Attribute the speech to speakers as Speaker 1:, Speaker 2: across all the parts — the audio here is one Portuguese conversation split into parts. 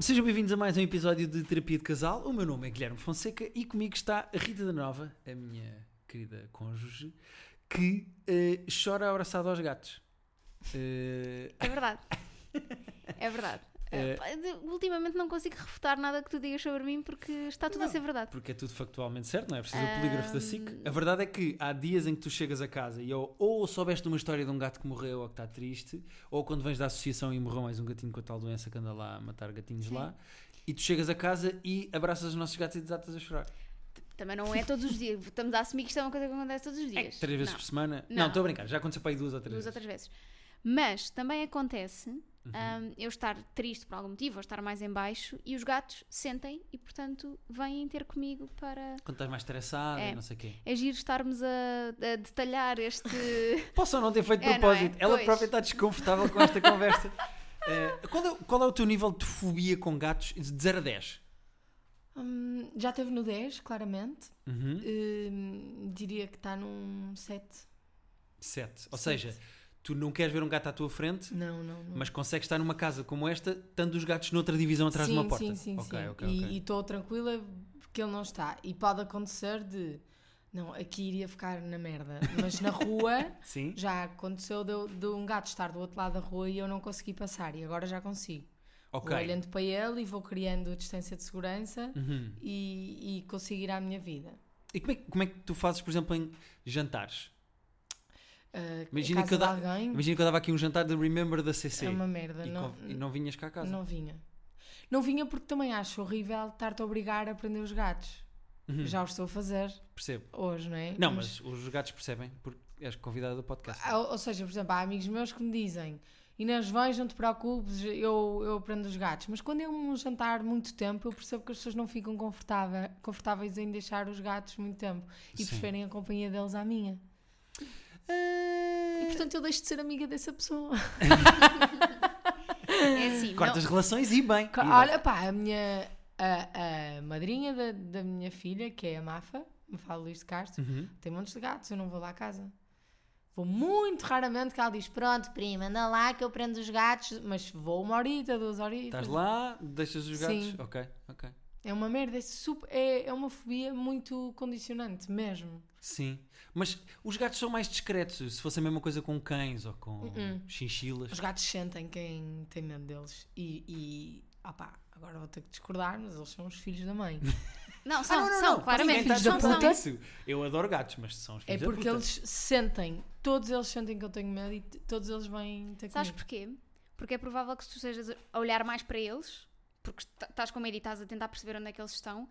Speaker 1: Sejam bem-vindos a mais um episódio de Terapia de Casal. O meu nome é Guilherme Fonseca e comigo está a Rita da Nova, a minha querida cônjuge, que eh, chora abraçada aos gatos. Eh,
Speaker 2: É verdade. É verdade.
Speaker 1: É.
Speaker 2: Eh, pá, de- Ultimamente não consigo refutar nada que tu digas sobre mim porque está tudo a
Speaker 1: Não.
Speaker 2: ser verdade.
Speaker 1: porque é tudo factualmente certo, não é preciso o polígrafo da SIC.
Speaker 2: Ahm.
Speaker 1: A verdade é que há dias em que tu chegas a casa e ou, ou soubeste de uma história de um gato que morreu ou que está triste, ou quando vens da associação e morreu mais um gatinho com a tal doença que anda lá a matar gatinhos
Speaker 2: Sim.
Speaker 1: lá, e tu chegas a casa e abraças os nossos gatos e desatas a chorar.
Speaker 2: Também não é todos os dias. Estamos a assumir que isto é uma coisa que acontece todos os dias.
Speaker 1: Três vezes
Speaker 2: Não,
Speaker 1: por semana?
Speaker 2: Não.
Speaker 1: Não, estou a brincar, já aconteceu para aí duas ou três
Speaker 2: duas ou
Speaker 1: vezes.
Speaker 2: três vezes. Mas também acontece hum, eu estar triste por algum motivo ou estar mais em baixo e os gatos sentem e, portanto, vêm ter comigo para.
Speaker 1: Quando estás mais estressado
Speaker 2: É.
Speaker 1: e não sei o quê.
Speaker 2: É giro estarmos a, a detalhar este.
Speaker 1: Posso ou não ter feito de
Speaker 2: É, não é?
Speaker 1: propósito? Ela
Speaker 2: Pois.
Speaker 1: própria está desconfortável com esta conversa. Eh, qual, é, qual é o teu nível de fobia com gatos de 0 a 10?
Speaker 3: Hum, já teve no 10, claramente.
Speaker 1: Uhum.
Speaker 3: Hum, diria que está num 7.
Speaker 1: 7. Ou
Speaker 3: Sete. Uhum.
Speaker 1: seja, tu não queres ver um gato à tua frente,
Speaker 3: Não, não, não.
Speaker 1: mas consegues estar numa casa como esta, tendo os gatos noutra divisão atrás
Speaker 3: sim,
Speaker 1: de uma porta.
Speaker 3: Sim, sim,
Speaker 1: Ok,
Speaker 3: sim.
Speaker 1: ok,
Speaker 3: E-
Speaker 1: ok.
Speaker 3: E estou tranquila que ele não está. E pode acontecer de. Não, aqui iria ficar na merda. Mas na rua
Speaker 1: Sim?
Speaker 3: já aconteceu de, eu- de um gato estar do outro lado da rua e eu não consegui passar. E agora já consigo.
Speaker 1: Ok.
Speaker 3: Vou olhando para ele e vou criando a distância de segurança
Speaker 1: Uhum.
Speaker 3: e, e consigo ir à minha vida.
Speaker 1: E como é, que- como é que tu fazes, por exemplo, em jantares?
Speaker 3: Ah,
Speaker 1: Imagina
Speaker 3: a
Speaker 1: que eu
Speaker 3: casa
Speaker 1: da-
Speaker 3: de alguém
Speaker 1: Imagina que eu dava aqui um jantar de Remember da CC.
Speaker 3: é uma merda.
Speaker 1: e,
Speaker 3: não,
Speaker 1: conv- e não vinhas cá a casa.
Speaker 3: Não vinha. Não vinha porque também acho horrível estar-te a obrigar a prender os gatos.
Speaker 1: Uhum.
Speaker 3: Já o estou a fazer
Speaker 1: Percebo.
Speaker 3: hoje, não é?
Speaker 1: Não, mas os gatos percebem porque és convidada do podcast.
Speaker 3: Ah, Ou, ou seja, por exemplo, há amigos meus que me dizem Inês, vais, não te preocupes, eu, eu prendo os gatos. Mas quando é um jantar muito tempo, eu percebo que as pessoas não ficam confortável, confortáveis em deixar os gatos muito tempo. E
Speaker 1: Sim.
Speaker 3: preferem a companhia deles à minha. E
Speaker 1: Eh,
Speaker 3: portanto eu deixo de ser amiga dessa pessoa.
Speaker 2: É assim. não-
Speaker 1: Cortas relações e bem. E bem.
Speaker 3: Olha, pá, a minha... A, a madrinha da, da minha filha, que é a Mafa, me fala Luís de Castro,
Speaker 1: Uhum.
Speaker 3: Tem montes de gatos, eu não vou lá à casa. Vou muito raramente que ela diz: Pronto, prima, anda lá que eu prendo os gatos, mas vou uma horita, duas horitas.
Speaker 1: Estás lá, deixas os gatos.
Speaker 3: Sim.
Speaker 1: Ok, ok.
Speaker 3: É uma merda, é, super, é, é uma fobia muito condicionante, mesmo.
Speaker 1: Sim. Mas os gatos são mais discretos. Se fosse a mesma coisa com cães ou com
Speaker 3: Uh-uh.
Speaker 1: chinchilas.
Speaker 3: Os gatos sentem quem tem medo deles e. e opá, agora vou ter que discordar, mas eles são os filhos da mãe.
Speaker 2: Não, são,
Speaker 1: Ah, não, não,
Speaker 2: são,
Speaker 1: não.
Speaker 2: claramente.
Speaker 1: Ninguém está a
Speaker 2: São,
Speaker 1: dizer
Speaker 2: são.
Speaker 3: puta.
Speaker 1: isso. Eu adoro gatos, mas são os
Speaker 3: é
Speaker 1: filhos da
Speaker 3: porque
Speaker 1: puta.
Speaker 3: eles sentem, todos eles sentem que eu tenho medo e t- todos eles vêm ter
Speaker 2: Sabes
Speaker 3: comigo.
Speaker 2: porquê? Porque é provável que tu sejas a olhar mais para eles, porque est- estás com medo e estás a tentar perceber onde é que eles estão,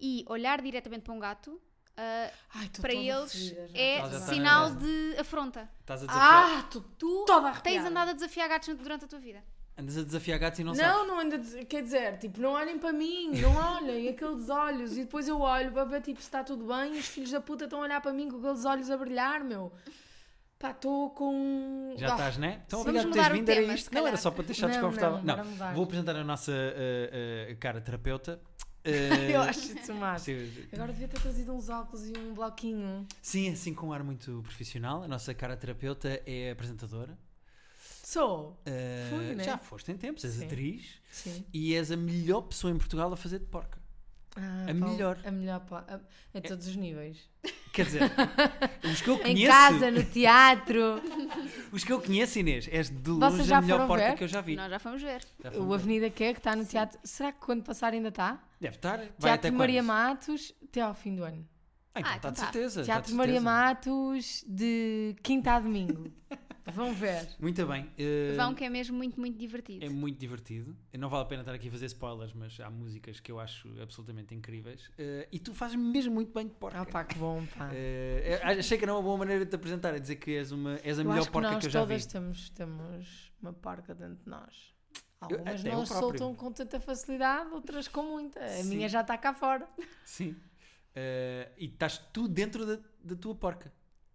Speaker 2: e olhar diretamente para um gato, ah,
Speaker 3: Ai, tô
Speaker 2: para
Speaker 3: toda
Speaker 2: eles,
Speaker 3: fodida já.
Speaker 2: é
Speaker 1: Ela já está
Speaker 2: sinal
Speaker 1: nervosa.
Speaker 2: de afronta.
Speaker 1: Estás a desafiar,
Speaker 3: Ah, tu, tu toda arrepiada.
Speaker 2: Tens andado a desafiar gatos durante a tua vida.
Speaker 1: Andas a desafiar gatos e não,
Speaker 3: Ah! Não,
Speaker 1: sabes.
Speaker 3: não, anda. de- Quer dizer, tipo, não olhem para mim, não olhem aqueles olhos. E depois eu olho para ver tipo, se está tudo bem e os filhos da puta estão a olhar para mim com aqueles olhos a brilhar, meu. Pá, estou com.
Speaker 1: Já
Speaker 3: Ah,
Speaker 1: estás, né? Então, obrigado
Speaker 2: Vamos
Speaker 1: por
Speaker 2: mudar
Speaker 1: teres
Speaker 2: o
Speaker 1: vindo. Era
Speaker 2: tema,
Speaker 1: isto.
Speaker 2: se
Speaker 1: Não, era
Speaker 2: calhar.
Speaker 1: só para te deixar
Speaker 3: Não,
Speaker 1: desconfortável.
Speaker 3: não, agora mudar.
Speaker 1: vou apresentar a nossa ah, ah, cara terapeuta. Ah,
Speaker 3: Eu acho isso mais.
Speaker 1: sim,
Speaker 3: Agora devia ter trazido uns óculos e um bloquinho.
Speaker 1: Sim, assim com um ar muito profissional. A nossa cara terapeuta é apresentadora.
Speaker 3: Sou.
Speaker 1: Ah,
Speaker 3: Fui, né?
Speaker 1: Já foste em tempos, és
Speaker 3: Sim.
Speaker 1: atriz
Speaker 3: Sim.
Speaker 1: e és a melhor pessoa em Portugal a fazer de porca.
Speaker 3: Ah,
Speaker 1: A
Speaker 3: pá,
Speaker 1: melhor. É.
Speaker 3: A melhor. pá, A, a todos os níveis.
Speaker 1: Quer dizer, os que eu
Speaker 3: Em
Speaker 1: conheço,
Speaker 3: casa, no teatro.
Speaker 1: os que eu conheço, Inês, és de
Speaker 3: Vocês
Speaker 1: longe
Speaker 3: já
Speaker 1: a melhor
Speaker 3: foram
Speaker 1: porca
Speaker 3: ver?
Speaker 1: que eu já vi.
Speaker 2: Nós já fomos ver.
Speaker 1: Já fomos
Speaker 3: o
Speaker 1: ver.
Speaker 3: Avenida Que que está no teatro. Será que quando passar ainda está?
Speaker 1: Deve estar, vai até
Speaker 3: Teatro
Speaker 1: quando?
Speaker 3: Maria Matos, até ao fim do ano.
Speaker 1: Ah, então está de
Speaker 2: Ah, então tá.
Speaker 1: certeza. está de
Speaker 3: Teatro Maria
Speaker 1: certeza.
Speaker 3: Matos de quinta a domingo. Vão ver.
Speaker 1: Muito bem. eh,
Speaker 3: um
Speaker 2: Vão que é mesmo muito, muito divertido.
Speaker 1: É muito divertido. Não vale a pena estar aqui a fazer spoilers, mas há músicas que eu acho absolutamente incríveis. Eh, e tu fazes mesmo muito bem de porca.
Speaker 3: Ah pá, que bom, pá.
Speaker 1: Eh, eh, achei que era uma boa maneira de te apresentar, é dizer que és, uma, és a
Speaker 3: Eu
Speaker 1: melhor
Speaker 3: acho que
Speaker 1: porca que,
Speaker 3: nós
Speaker 1: eu já vi.
Speaker 3: todas temos, temos uma porca dentro de nós.
Speaker 1: Eu-
Speaker 3: Algumas
Speaker 1: até eu
Speaker 3: não
Speaker 1: próprio.
Speaker 3: soltam com tanta facilidade, outras com muita. A
Speaker 1: Sim.
Speaker 3: minha já está cá fora.
Speaker 1: Sim. Eh, e estás tu dentro da, da tua porca.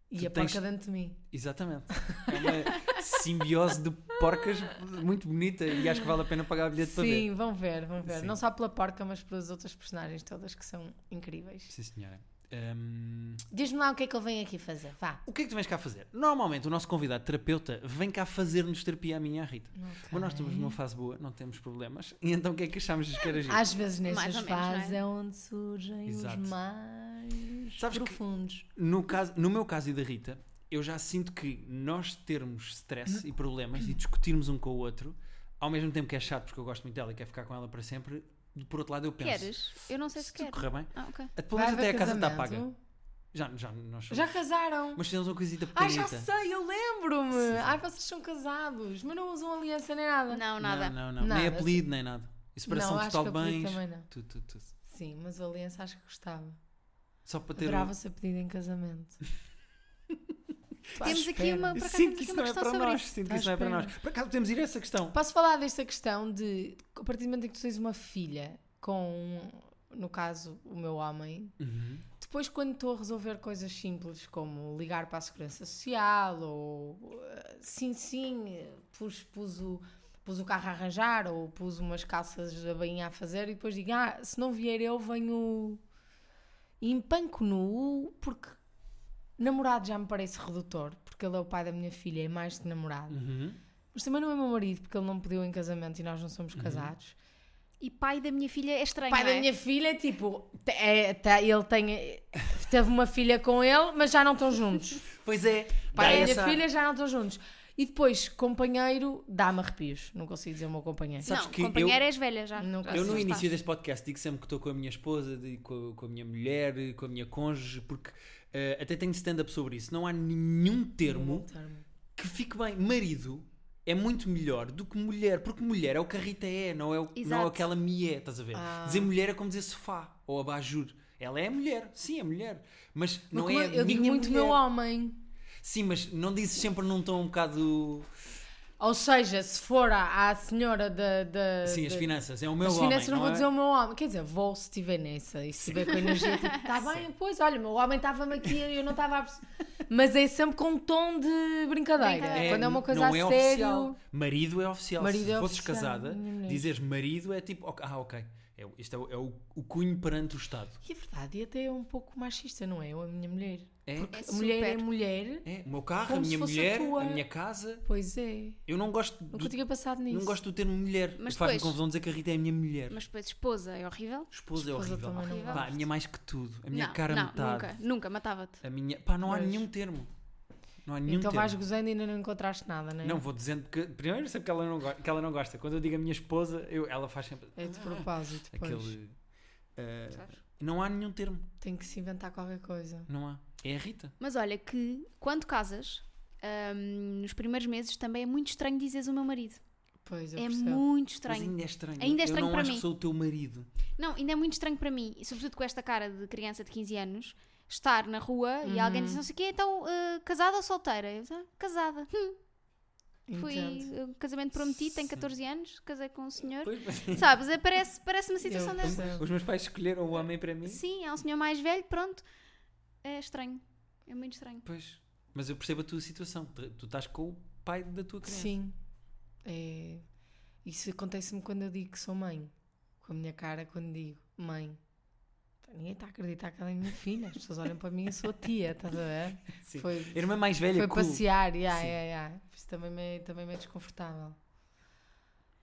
Speaker 3: E
Speaker 1: Tu
Speaker 3: a
Speaker 1: tens-
Speaker 3: porca dentro de mim.
Speaker 1: Exatamente. É uma simbiose de porcas muito bonita e acho que vale a pena pagar o bilhete para ver.
Speaker 3: Sim, vão ver, vão ver.
Speaker 1: Sim.
Speaker 3: Não só pela porca, mas pelas outras personagens todas que são incríveis.
Speaker 1: Sim, senhora. Ahm,
Speaker 3: Diz-me lá o que é que ele vem aqui fazer. Vá.
Speaker 1: o que é que tu vens cá fazer? Normalmente o nosso convidado terapeuta vem cá fazer-nos terapia a mim e à Rita. Mas nós estamos numa fase boa, não temos problemas. E então o que é que achamos de querer
Speaker 3: Às vezes
Speaker 2: Mais
Speaker 3: nessas
Speaker 2: ou menos,
Speaker 3: fases
Speaker 2: não
Speaker 3: é onde surgem
Speaker 1: Exato.
Speaker 3: os mais
Speaker 1: Sabes que-
Speaker 3: profundos.
Speaker 1: No, caso, no meu caso e da Rita, eu já sinto que nós termos stress e problemas e discutirmos um com o outro, ao mesmo tempo que é chato porque eu gosto muito dela e quero ficar com ela para sempre, por outro lado eu penso.
Speaker 2: Queres? Eu não sei
Speaker 1: Se
Speaker 2: se
Speaker 1: tudo
Speaker 2: quero.
Speaker 1: correr bem,
Speaker 2: Ah, ok.
Speaker 1: a- pelo menos
Speaker 3: Vai
Speaker 1: até
Speaker 3: haver
Speaker 1: a casa está
Speaker 3: casamento?
Speaker 1: paga. Já, já, nós somos-
Speaker 3: Já casaram.
Speaker 1: Mas fizemos uma coisita
Speaker 2: Ah,
Speaker 3: Ai, já
Speaker 1: pequenita.
Speaker 3: sei, eu
Speaker 1: Sim,
Speaker 3: lembro-me.
Speaker 1: sim.
Speaker 3: Ai, vocês são casados, mas não usam aliança nem nada.
Speaker 2: Não, nada.
Speaker 1: Não, não, não. Nem
Speaker 3: Nada, assim.
Speaker 1: apelido, nem nada. E separação
Speaker 3: não acho
Speaker 1: total
Speaker 3: que
Speaker 1: de
Speaker 3: eu pedi
Speaker 1: bens.
Speaker 3: também não.
Speaker 1: Tudo, tudo, tudo.
Speaker 3: Sim, mas a aliança acho que gostava.
Speaker 1: Só para ter. um-
Speaker 3: Adorava ser pedido em casamento. Tô à
Speaker 2: Temos aqui
Speaker 3: espera.
Speaker 2: uma, por
Speaker 1: Eu
Speaker 2: acaso,
Speaker 1: Sinto
Speaker 2: temos
Speaker 1: que
Speaker 2: aqui
Speaker 1: isso
Speaker 2: uma
Speaker 1: não é
Speaker 2: questão
Speaker 1: para
Speaker 2: sobre
Speaker 1: nós.
Speaker 2: isso.
Speaker 1: Sinto
Speaker 3: Tá
Speaker 1: que isso não é para
Speaker 3: esperando.
Speaker 1: nós. Por acaso podemos ir a essa questão.
Speaker 3: Posso falar desta questão de a partir do momento em que tu tens uma filha com, no caso, o meu homem,
Speaker 1: Uhum.
Speaker 3: depois quando estou a resolver coisas simples como ligar para a segurança social ou eh, sim, sim, eh, pus, pus, o, pus o carro a arranjar ou pus umas calças da bainha a fazer e depois digo, ah, se não vier eu venho e empanco no U porque namorado já me parece redutor, porque ele é o pai da minha filha, é mais que namorado.
Speaker 1: Uhum.
Speaker 3: Mas também não é meu marido, porque ele não me pediu em casamento e nós não somos casados.
Speaker 2: E pai da minha filha é estranho.
Speaker 3: O Uhum. pai
Speaker 2: não é?
Speaker 3: da minha filha, tipo, te- é, tá- ele tem, é, teve uma filha com ele, mas já não estão juntos.
Speaker 1: Pois é.
Speaker 3: O pai
Speaker 1: dá
Speaker 3: da minha
Speaker 1: essa-
Speaker 3: filha já não estão juntos. E depois, companheiro, dá-me arrepios. Não consigo dizer o meu companheiro.
Speaker 1: Sabes
Speaker 2: não,
Speaker 1: que
Speaker 2: companheira és velha já.
Speaker 3: Não
Speaker 2: Já
Speaker 1: Eu
Speaker 2: se
Speaker 1: no
Speaker 2: está.
Speaker 1: início deste podcast digo sempre que estou com a minha esposa, de- com, a- com a minha mulher, com a minha cônjuge, porque eh, até tenho stand-up sobre isso. Não há nenhum termo
Speaker 3: Uhum.
Speaker 1: que fique bem. Marido é muito melhor do que mulher, porque mulher é o que a Rita é, não é, o, não
Speaker 2: Exato.
Speaker 1: é aquela me é, estás a ver?
Speaker 3: Ah.
Speaker 1: Dizer mulher é como dizer sofá ou abajur. Ela é mulher, sim, é mulher. Mas
Speaker 3: Não
Speaker 1: não
Speaker 3: como,
Speaker 1: é.
Speaker 3: eu digo
Speaker 1: minha
Speaker 3: muito
Speaker 1: mulher.
Speaker 3: meu homem.
Speaker 1: Sim, mas não dizes sempre num tom um bocado.
Speaker 3: Ou seja, se for à, à senhora da. da
Speaker 1: Sim, as
Speaker 3: da-
Speaker 1: finanças. É o meu
Speaker 3: Ah, As
Speaker 1: homem.
Speaker 3: finanças não vou
Speaker 1: é?
Speaker 3: dizer o meu homem. Quer dizer, vou se estiver nessa e se tiver com energia. Está bem, pois, olha, o meu homem estava-me aqui e eu não estava a perceber. Mas é sempre com um tom de brincadeira.
Speaker 2: Brincadeira.
Speaker 3: Quando é uma coisa
Speaker 1: não
Speaker 3: a
Speaker 1: é
Speaker 3: sério.
Speaker 1: Oficial. Marido é oficial.
Speaker 3: Marido
Speaker 1: Se
Speaker 3: é
Speaker 1: fosses
Speaker 3: oficial,
Speaker 1: casada,
Speaker 3: minha mulher.
Speaker 1: dizeres marido é tipo, ok, ah, ok. É, o- isto é, o- é o, o cunho perante o Estado.
Speaker 3: E é verdade, e até é um pouco machista, não é? Ou a minha mulher.
Speaker 1: É,
Speaker 3: Porque
Speaker 2: É
Speaker 3: a mulher é
Speaker 2: super.
Speaker 3: mulher.
Speaker 1: é o meu carro,
Speaker 3: Como
Speaker 1: a
Speaker 3: se
Speaker 1: minha
Speaker 3: fosse a
Speaker 1: mulher,
Speaker 3: tua.
Speaker 1: a minha casa.
Speaker 3: Pois é.
Speaker 1: Eu não gosto do,
Speaker 3: Nunca tinha passado nisso.
Speaker 1: não gosto do termo mulher.
Speaker 2: Mas
Speaker 1: Faz-me
Speaker 2: depois-
Speaker 1: confusão dizer que a Rita é a minha mulher.
Speaker 2: Mas depois esposa é horrível?
Speaker 1: Esposa é
Speaker 3: Esposa
Speaker 1: horrível.
Speaker 3: também não
Speaker 2: Horrível.
Speaker 1: Pá, a minha é mais que tudo. A minha
Speaker 2: não,
Speaker 1: cara
Speaker 2: não,
Speaker 1: metade.
Speaker 2: nunca, nunca, matava-te.
Speaker 1: A minha... Pá, não há
Speaker 3: Pois.
Speaker 1: nenhum termo. Não há nenhum
Speaker 3: Então
Speaker 1: termo.
Speaker 3: vais gozando e ainda não encontraste nada, não é?
Speaker 1: Não, vou dizendo que. Primeiro, eu sei que ela não, go- que ela não gosta. Quando eu digo a minha esposa, eu- ela faz sempre.
Speaker 3: É de propósito, pois.
Speaker 1: Aquele. eh,
Speaker 2: Sabes?
Speaker 1: não há nenhum termo.
Speaker 3: Tem que se inventar qualquer coisa.
Speaker 1: Não há. É a Rita.
Speaker 2: Mas olha que quando casas, hum, nos primeiros meses também é muito estranho dizeres o meu marido.
Speaker 3: Pois, eu
Speaker 2: É
Speaker 3: percebo.
Speaker 2: muito
Speaker 1: Mas
Speaker 2: estranho.
Speaker 1: ainda é estranho.
Speaker 2: Ainda é estranho
Speaker 1: eu não
Speaker 2: para
Speaker 1: acho
Speaker 2: mim.
Speaker 1: que sou o teu marido.
Speaker 2: Não, ainda é muito estranho para mim, e sobretudo com esta cara de criança de 15 anos, estar na rua e alguém
Speaker 1: Uhum.
Speaker 2: diz não sei o quê, então eh, casada ou solteira? Eu, "Ah, casada. Hum, Fui
Speaker 3: Entendo.
Speaker 2: eh, casamento prometido, tenho
Speaker 1: Sim.
Speaker 2: 14 anos, casei com um senhor.
Speaker 1: Pois,
Speaker 2: Sabes, é, parece, parece uma situação
Speaker 3: Eu-
Speaker 2: dessa.
Speaker 1: os meus pais escolheram o homem para mim.
Speaker 2: Sim, é um senhor mais velho, pronto. É estranho. É muito estranho.
Speaker 1: Pois. Mas eu percebo a tua situação. Tu tu estás com o pai da tua criança.
Speaker 3: Sim. É... Isso acontece-me quando eu digo que sou mãe. Com a minha cara, quando digo mãe. Pá, Ninguém está a acreditar que ela é minha filha. As pessoas olham para mim e sou a tia, estás a ver?
Speaker 1: Sim.
Speaker 3: Foi,
Speaker 1: Irmã mais velha,
Speaker 3: foi
Speaker 1: cool.
Speaker 3: passear, yeah,
Speaker 1: Sim.
Speaker 3: yeah, yeah. Isso também me, também me é desconfortável.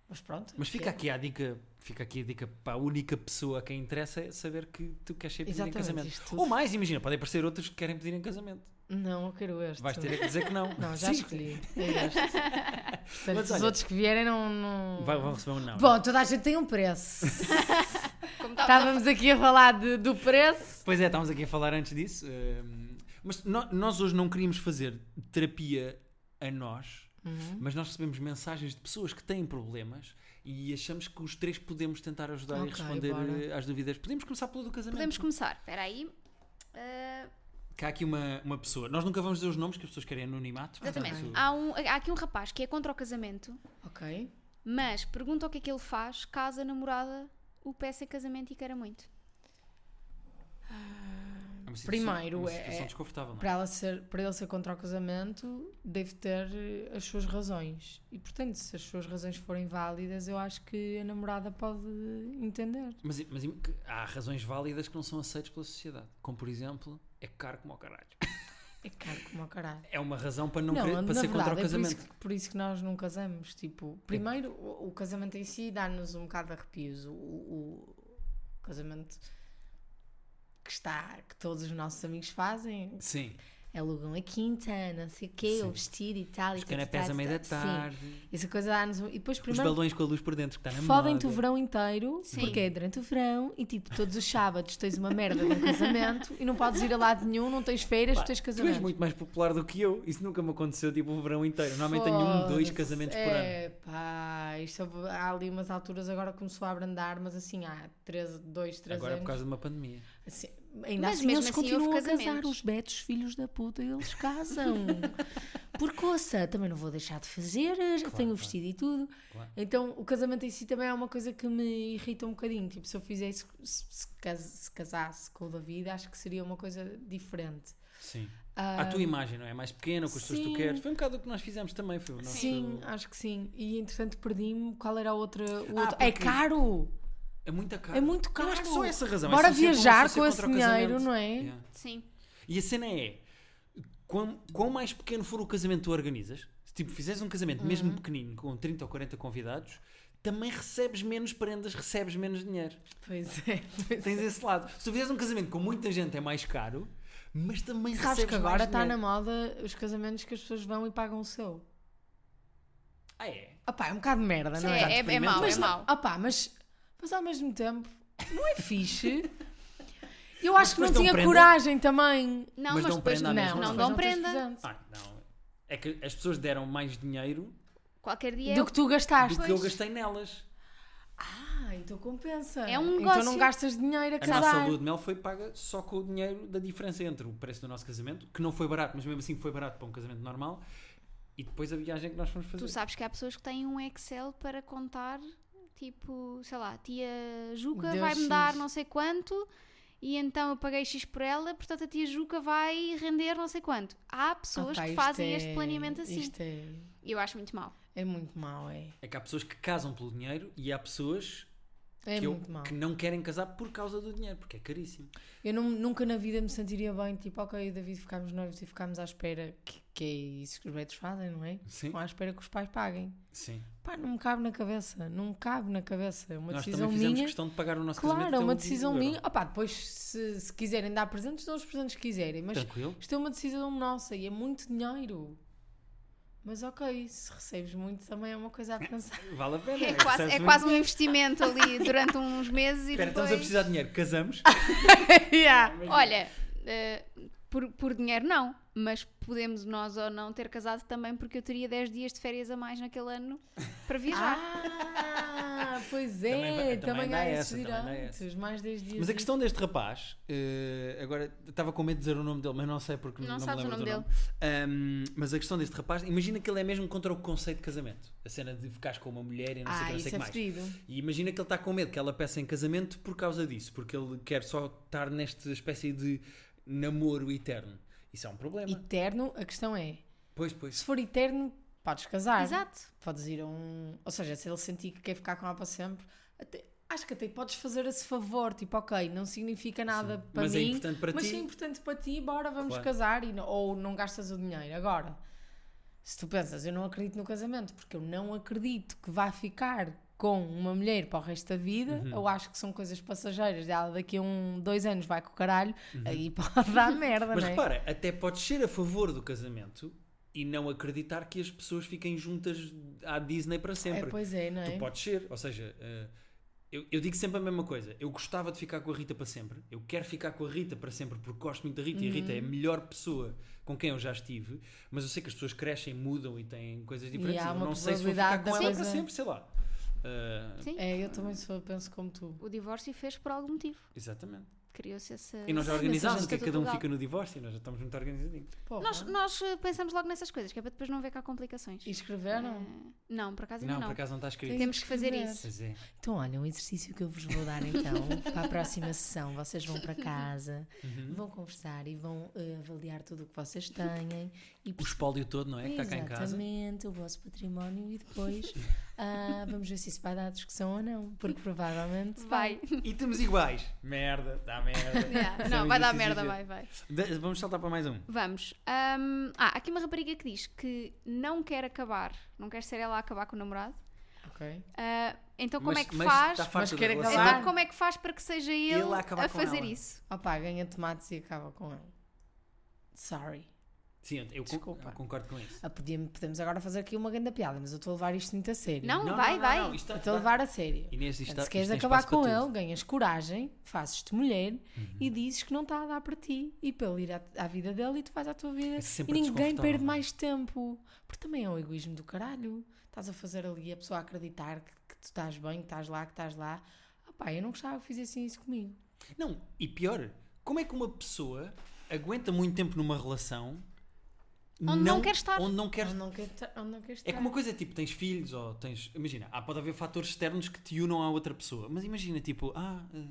Speaker 3: Mas pronto.
Speaker 1: Mas fica
Speaker 3: é-
Speaker 1: aqui a dica, fica aqui a dica para a única pessoa que a interessa é saber que tu queres ser pedida em
Speaker 3: Exatamente,
Speaker 1: casamento.
Speaker 3: isto tudo.
Speaker 1: Ou mais, imagina, podem aparecer outros que querem pedir em casamento.
Speaker 3: Não, eu quero este.
Speaker 1: Vais ter é que dizer que não.
Speaker 3: Não, já
Speaker 1: Sim.
Speaker 3: escolhi. É este. Portanto,
Speaker 1: Mas
Speaker 3: os
Speaker 1: olha-
Speaker 3: outros que vierem não. não...
Speaker 1: Vai- vão receber um não.
Speaker 3: Bom, toda a gente tem um preço.
Speaker 2: Como
Speaker 1: Tá,
Speaker 2: estava-
Speaker 3: Estávamos aqui a falar de- do preço.
Speaker 1: Pois é, estávamos aqui a falar antes disso. hum, mas no- nós hoje não queríamos fazer terapia a nós, mas nós recebemos mensagens de pessoas que têm problemas e achamos que os três podemos tentar ajudar e
Speaker 3: Ok,
Speaker 1: responder
Speaker 3: bora.
Speaker 1: eh, às dúvidas. Podemos começar pelo do casamento.
Speaker 2: Podemos começar. Espera aí. Eh,
Speaker 1: Que há aqui uma, uma pessoa. Nós nunca vamos dizer os nomes, que as pessoas querem anonimato.
Speaker 3: Tá
Speaker 2: exatamente.
Speaker 1: portanto, é
Speaker 2: Há, um- há aqui um rapaz que é contra o casamento,
Speaker 3: Ok.
Speaker 2: mas pergunta o que é que ele faz caso a namorada o peça em casamento e queira muito.
Speaker 1: é um uma situação,
Speaker 3: Primeiro,
Speaker 1: uma
Speaker 3: é-
Speaker 1: situação
Speaker 3: é-
Speaker 1: desconfortável, não é?
Speaker 3: Para, ela ser, para ele ser contra o casamento, deve ter eh, as suas razões. E, portanto, se as suas razões forem válidas, eu acho que a namorada pode entender.
Speaker 1: Mas, mas que há razões válidas que não são aceitas pela sociedade. Como, por exemplo, é caro como ao caralho.
Speaker 3: É caro como ao caralho.
Speaker 1: É uma razão para não,
Speaker 3: Não,
Speaker 1: querer,
Speaker 3: na
Speaker 1: para ser contra
Speaker 3: verdade,
Speaker 1: o casamento.
Speaker 3: É por, isso que, por isso que nós não casamos. Tipo, primeiro, o, o casamento em si dá-nos um bocado de arrepios. O, o- o casamento que está, que todos os nossos amigos fazem,
Speaker 1: Sim.
Speaker 3: alugam a quinta, não sei o quê,
Speaker 1: Sim.
Speaker 3: o vestido e tal. e
Speaker 1: Os
Speaker 3: tal,
Speaker 1: canapés
Speaker 3: tal,
Speaker 1: à meia
Speaker 3: tal,
Speaker 1: da
Speaker 3: tal. Sim.
Speaker 1: tarde.
Speaker 3: Essa coisa dá-nos. um- E depois,
Speaker 1: Os
Speaker 3: primeiro,
Speaker 1: balões com a luz por dentro que está na
Speaker 3: fodem-te o
Speaker 1: moda.
Speaker 3: verão inteiro,
Speaker 2: Sim.
Speaker 3: porque é durante o verão e tipo, todos os sábados tens uma merda de um casamento e não podes ir a lado nenhum, não tens feiras, tu tens
Speaker 1: Tu és
Speaker 3: casamento.
Speaker 1: muito mais popular do que eu. Isso nunca me aconteceu, tipo, o verão inteiro. Normalmente tenho um, dois casamentos por ano.
Speaker 3: É, pá, isto houve- há ali umas alturas, agora começou a abrandar, mas assim, há 13, 2, 3
Speaker 1: Agora é
Speaker 3: anos.
Speaker 1: por causa de uma pandemia.
Speaker 3: assim, ainda
Speaker 2: Mas
Speaker 3: assim,
Speaker 2: mesmo assim
Speaker 3: eles
Speaker 2: houve
Speaker 3: continuam a casar.
Speaker 2: casamentos.
Speaker 3: Os betos, filhos da puta, eles casam. por coça, também não vou deixar de fazer, eh, já tenho
Speaker 1: claro.
Speaker 3: o vestido e tudo.
Speaker 1: Claro.
Speaker 3: Então, o casamento em si também é uma coisa que me irrita um bocadinho. Tipo, se eu fizesse, se, se cas- se casasse com o David, acho que seria uma coisa diferente.
Speaker 1: Sim. a tua imagem, não é? Mais pequena, com as pessoas que tu
Speaker 3: Ah, sim.
Speaker 1: queres. Foi um bocado o que nós fizemos também, foi o nosso...
Speaker 3: Sim, acho que sim. E entretanto perdi-me. Qual era a outra? O
Speaker 1: Ah,
Speaker 3: outro? É
Speaker 1: porque-
Speaker 3: caro!
Speaker 1: É muito caro.
Speaker 3: É muito
Speaker 1: Eu
Speaker 3: caro!
Speaker 1: acho que só essa razão.
Speaker 3: Bora
Speaker 1: é só ser bom,
Speaker 3: viajar
Speaker 1: só ser
Speaker 3: com esse
Speaker 1: contra o
Speaker 3: dinheiro,
Speaker 1: casamento.
Speaker 3: não é?
Speaker 1: Yeah.
Speaker 2: Sim.
Speaker 1: E a cena é: quão, quão mais pequeno for o casamento que tu organizas, se tipo, fizeres um casamento
Speaker 3: Uhum.
Speaker 1: mesmo pequenino, com 30 ou 40 convidados, também recebes menos prendas, recebes menos dinheiro.
Speaker 3: Pois é. Pois é.
Speaker 1: Tens esse lado. Se tu fizeres um casamento com muita gente, é mais caro, mas também
Speaker 3: Sabes
Speaker 1: recebes
Speaker 3: que agora tá
Speaker 1: mais
Speaker 3: está na
Speaker 1: dinheiro.
Speaker 3: moda os casamentos que as pessoas vão e pagam o seu.
Speaker 1: Ah, é?
Speaker 3: Opá, é um bocado de merda,
Speaker 2: Sim,
Speaker 3: não é?
Speaker 2: é, é, é mau,
Speaker 1: Mas
Speaker 2: é
Speaker 1: não-
Speaker 2: mau.
Speaker 3: Opá, mas, mas ao mesmo tempo, não é fixe? Eu acho que não
Speaker 1: depois dão
Speaker 3: tinha
Speaker 1: prenda?
Speaker 3: coragem também.
Speaker 2: Não,
Speaker 1: Mas
Speaker 2: mas,
Speaker 1: dão
Speaker 2: depois
Speaker 1: prenda à
Speaker 2: não,
Speaker 1: mesma.
Speaker 2: não,
Speaker 1: Mas
Speaker 2: dão
Speaker 3: tens
Speaker 2: prenda.
Speaker 3: presente.
Speaker 1: Ah, não. É que as pessoas deram mais dinheiro
Speaker 2: Qualquer dia é
Speaker 3: Do que tu gastaste.
Speaker 1: do que eu gastei nelas.
Speaker 3: Ah, então compensa.
Speaker 2: É um
Speaker 3: Então não
Speaker 2: negócio.
Speaker 3: gastas dinheiro a
Speaker 1: A nossa
Speaker 3: casar.
Speaker 1: lua de mel foi paga só com o dinheiro da diferença entre o preço do nosso casamento, que não foi barato, mas mesmo assim foi barato para um casamento normal, e depois a viagem que nós fomos fazer.
Speaker 2: Tu sabes que há pessoas que têm um Excel para contar, tipo, sei lá, tia Juca
Speaker 3: Deu
Speaker 2: vai-me dar
Speaker 3: X.
Speaker 2: não sei quanto e então eu paguei X por ela, portanto a tia Juca vai render não sei quanto. Há pessoas
Speaker 3: Opá,
Speaker 2: que
Speaker 3: isto
Speaker 2: fazem
Speaker 3: é-
Speaker 2: este planeamento assim.
Speaker 3: Isto é,
Speaker 2: E eu acho muito mal.
Speaker 3: é muito mau, é.
Speaker 1: É que há pessoas que casam pelo dinheiro e há pessoas
Speaker 3: É
Speaker 1: que, eu-
Speaker 3: muito mau.
Speaker 1: que não querem casar por causa do dinheiro, porque é caríssimo.
Speaker 3: Eu não- nunca na vida me sentiria bem, tipo, ok, eu e o David ficámos noivos e ficámos à espera, que, que é isso que os betos fazem, não é?
Speaker 1: Sim.
Speaker 3: Ficam à espera que os pais paguem.
Speaker 1: Sim.
Speaker 3: Pá, não me cabe na cabeça, não me cabe na cabeça. É uma
Speaker 1: nós também
Speaker 3: decisão
Speaker 1: fizemos
Speaker 3: minha.
Speaker 1: questão de pagar o nosso casamento.
Speaker 3: Claro, é
Speaker 1: até
Speaker 3: uma
Speaker 1: o
Speaker 3: decisão
Speaker 1: euro.
Speaker 3: minha. Opá, depois, se, se quiserem dar presentes, dão os presentes que quiserem, mas
Speaker 1: Tranquilo.
Speaker 3: isto é uma decisão nossa e é muito dinheiro. Mas ok, se recebes muito também é uma coisa a pensar.
Speaker 1: Vale a pena.
Speaker 2: É quase, é
Speaker 1: percebes
Speaker 2: quase
Speaker 1: muito.
Speaker 2: um investimento ali durante uns
Speaker 3: um
Speaker 2: meses e
Speaker 1: Espera,
Speaker 2: depois...
Speaker 1: estamos a precisar de um dinheiro. Casamos.
Speaker 3: yeah.
Speaker 2: Olha, eh, por, por dinheiro não, mas podemos nós ou não ter casado também porque eu teria 10 dias de férias a mais naquele ano para viajar.
Speaker 3: Ah, pois
Speaker 1: Também
Speaker 3: é,
Speaker 1: vai-
Speaker 3: também,
Speaker 1: também dá
Speaker 3: há esses
Speaker 1: essa, também dá
Speaker 3: direitos, mais 10 dias.
Speaker 1: Mas a
Speaker 3: de-
Speaker 1: questão deste rapaz, eh, agora estava com medo de dizer o nome dele, mas não sei porque
Speaker 2: Não
Speaker 1: não, me
Speaker 2: sabes o
Speaker 1: lembro
Speaker 2: nome
Speaker 1: do nome. Ahm, mas a questão deste rapaz, imagina que ele é mesmo contra o conceito de casamento. A cena de ficares com uma mulher e não sei o
Speaker 3: Ah,
Speaker 1: que, não sei o
Speaker 3: isso
Speaker 1: que
Speaker 3: é
Speaker 1: mais.
Speaker 3: fedido.
Speaker 1: E imagina que ele está com medo que ela peça em casamento por causa disso, porque ele quer só estar nesta espécie de namoro eterno. Isso é um problema.
Speaker 3: Eterno, a questão é,
Speaker 1: Pois,
Speaker 3: se
Speaker 1: pois.
Speaker 3: for eterno, podes casar.
Speaker 2: Exato.
Speaker 3: Podes ir a um... Ou seja, se ele sentir que quer ficar com ela para sempre, até- acho que até podes fazer esse favor, tipo, ok, não significa nada para
Speaker 1: Mas é
Speaker 3: mim,
Speaker 1: importante para
Speaker 3: mas
Speaker 1: ti.
Speaker 3: é importante para ti, bora, vamos
Speaker 1: Claro.
Speaker 3: casar, e não- ou não gastas o dinheiro. Agora, se tu pensas, eu não acredito no casamento, porque eu não acredito que vá ficar com uma mulher para o resto da vida,
Speaker 1: Uhum.
Speaker 3: eu acho que são coisas passageiras, ela daqui a um, dois anos vai com o caralho, aí pode dar merda,
Speaker 1: Uhum. Mas
Speaker 3: não é?
Speaker 1: repara, até podes ser a favor do casamento e não acreditar que as pessoas fiquem juntas à Disney para
Speaker 3: É,
Speaker 1: sempre.
Speaker 3: pois é, não é?
Speaker 1: Tu podes ser, ou seja, eh, eu, eu digo sempre a mesma coisa. Eu gostava de ficar com a Rita para sempre. Eu quero ficar com a Rita para sempre porque gosto muito da Rita e a Rita é a melhor pessoa com quem eu já estive. Mas eu sei que as pessoas crescem, mudam e têm coisas diferentes.
Speaker 3: há
Speaker 1: eu
Speaker 3: uma
Speaker 1: não sei se vou ficar
Speaker 3: probabilidade
Speaker 1: com
Speaker 3: da
Speaker 1: ela para
Speaker 3: coisa-
Speaker 1: sempre, sei lá. Eh,
Speaker 2: Sim.
Speaker 3: É, eu também sou, penso como tu.
Speaker 2: O divórcio fez por algum motivo.
Speaker 1: exatamente.
Speaker 2: criou-se essa.
Speaker 1: E nós já
Speaker 3: Sim, mas a
Speaker 1: organizámos
Speaker 3: gente
Speaker 1: o que é
Speaker 2: está
Speaker 1: que cada um
Speaker 2: tudo
Speaker 1: fica no divórcio e nós já estamos muito organizadinhos.
Speaker 3: Porra.
Speaker 2: Nós,
Speaker 1: é?
Speaker 2: nós, eh, pensamos logo nessas coisas, que é para depois não ver cá complicações.
Speaker 3: E escreveram?
Speaker 2: Eh, não, por acaso ainda
Speaker 1: Não,
Speaker 2: não.
Speaker 1: por acaso não está escrito.
Speaker 2: Temos que fazer
Speaker 3: escrever.
Speaker 2: isso.
Speaker 1: Pois é.
Speaker 4: Então, olha, um exercício que eu vos vou dar então para a próxima sessão. Vocês vão para casa,
Speaker 1: Uhum.
Speaker 4: vão conversar e vão eh, avaliar tudo o que vocês têm e
Speaker 1: O espólio todo, não é? Que está cá em casa.
Speaker 4: Exatamente, o vosso património e depois ah, vamos ver se isso vai dar discussão ou não, porque provavelmente
Speaker 2: Vai.
Speaker 1: E estamos iguais. Merda, dá merda.
Speaker 2: Yeah.
Speaker 1: Isso é
Speaker 2: Não,
Speaker 1: muito
Speaker 2: vai dar
Speaker 1: difícil
Speaker 2: merda,
Speaker 1: dizer.
Speaker 2: vai, vai.
Speaker 1: Da- Vamos saltar para mais um.
Speaker 2: Vamos. Hum, ah, há aqui uma rapariga que diz que não quer acabar, não quer ser ela a acabar com o namorado.
Speaker 3: Ok.
Speaker 2: Ah, então como
Speaker 1: Mas-
Speaker 2: é que
Speaker 1: mas tá
Speaker 2: faz?
Speaker 1: está farta
Speaker 3: Mas
Speaker 1: da
Speaker 3: quer
Speaker 1: relação.
Speaker 3: acabar?
Speaker 2: Então como é que faz para que seja ele,
Speaker 1: Ele a acabar
Speaker 2: a
Speaker 1: com
Speaker 2: fazer
Speaker 1: ela.
Speaker 2: isso?
Speaker 3: Opá, ganha tomates e acaba com ele. Sorry.
Speaker 1: Sim, eu, con-
Speaker 3: Desculpa.
Speaker 1: eu concordo com isso.
Speaker 3: Ah, podíamos- podemos agora fazer aqui uma grande piada, mas eu estou a levar isto muito a sério.
Speaker 2: Não, vai, vai.
Speaker 1: isto tá- está-
Speaker 3: Eu estou a levar a sério.
Speaker 1: Inês, isto
Speaker 3: Portanto,
Speaker 1: está,
Speaker 3: se queres
Speaker 1: isto tem
Speaker 3: acabar
Speaker 1: espaço para
Speaker 3: com
Speaker 1: tudo. Uhum.
Speaker 3: ele, ganhas coragem, fazes-te mulher e dizes que não está a dar para ti e para ele ir à, à vida dele e tu vais à tua vida.
Speaker 1: É
Speaker 3: e
Speaker 1: sempre
Speaker 3: ninguém
Speaker 1: desconfortável,
Speaker 3: perde
Speaker 1: não é?
Speaker 3: mais tempo. Porque também é um egoísmo do caralho. Estás a fazer ali a pessoa acreditar que, que tu estás bem, que estás lá, que estás lá. Ah pá, eu não gostava que fizessem isso comigo.
Speaker 1: Não, e pior, como é que uma pessoa aguenta muito tempo numa relação
Speaker 2: Onde não quer estar.
Speaker 1: Onde não quer
Speaker 3: Eu não quero estar- eu não quero
Speaker 1: É
Speaker 3: estar.
Speaker 1: que uma coisa é tipo, tens filhos ou tens. Imagina, ah, pode haver fatores externos que te unam à outra pessoa. Mas imagina, tipo, ah, eh,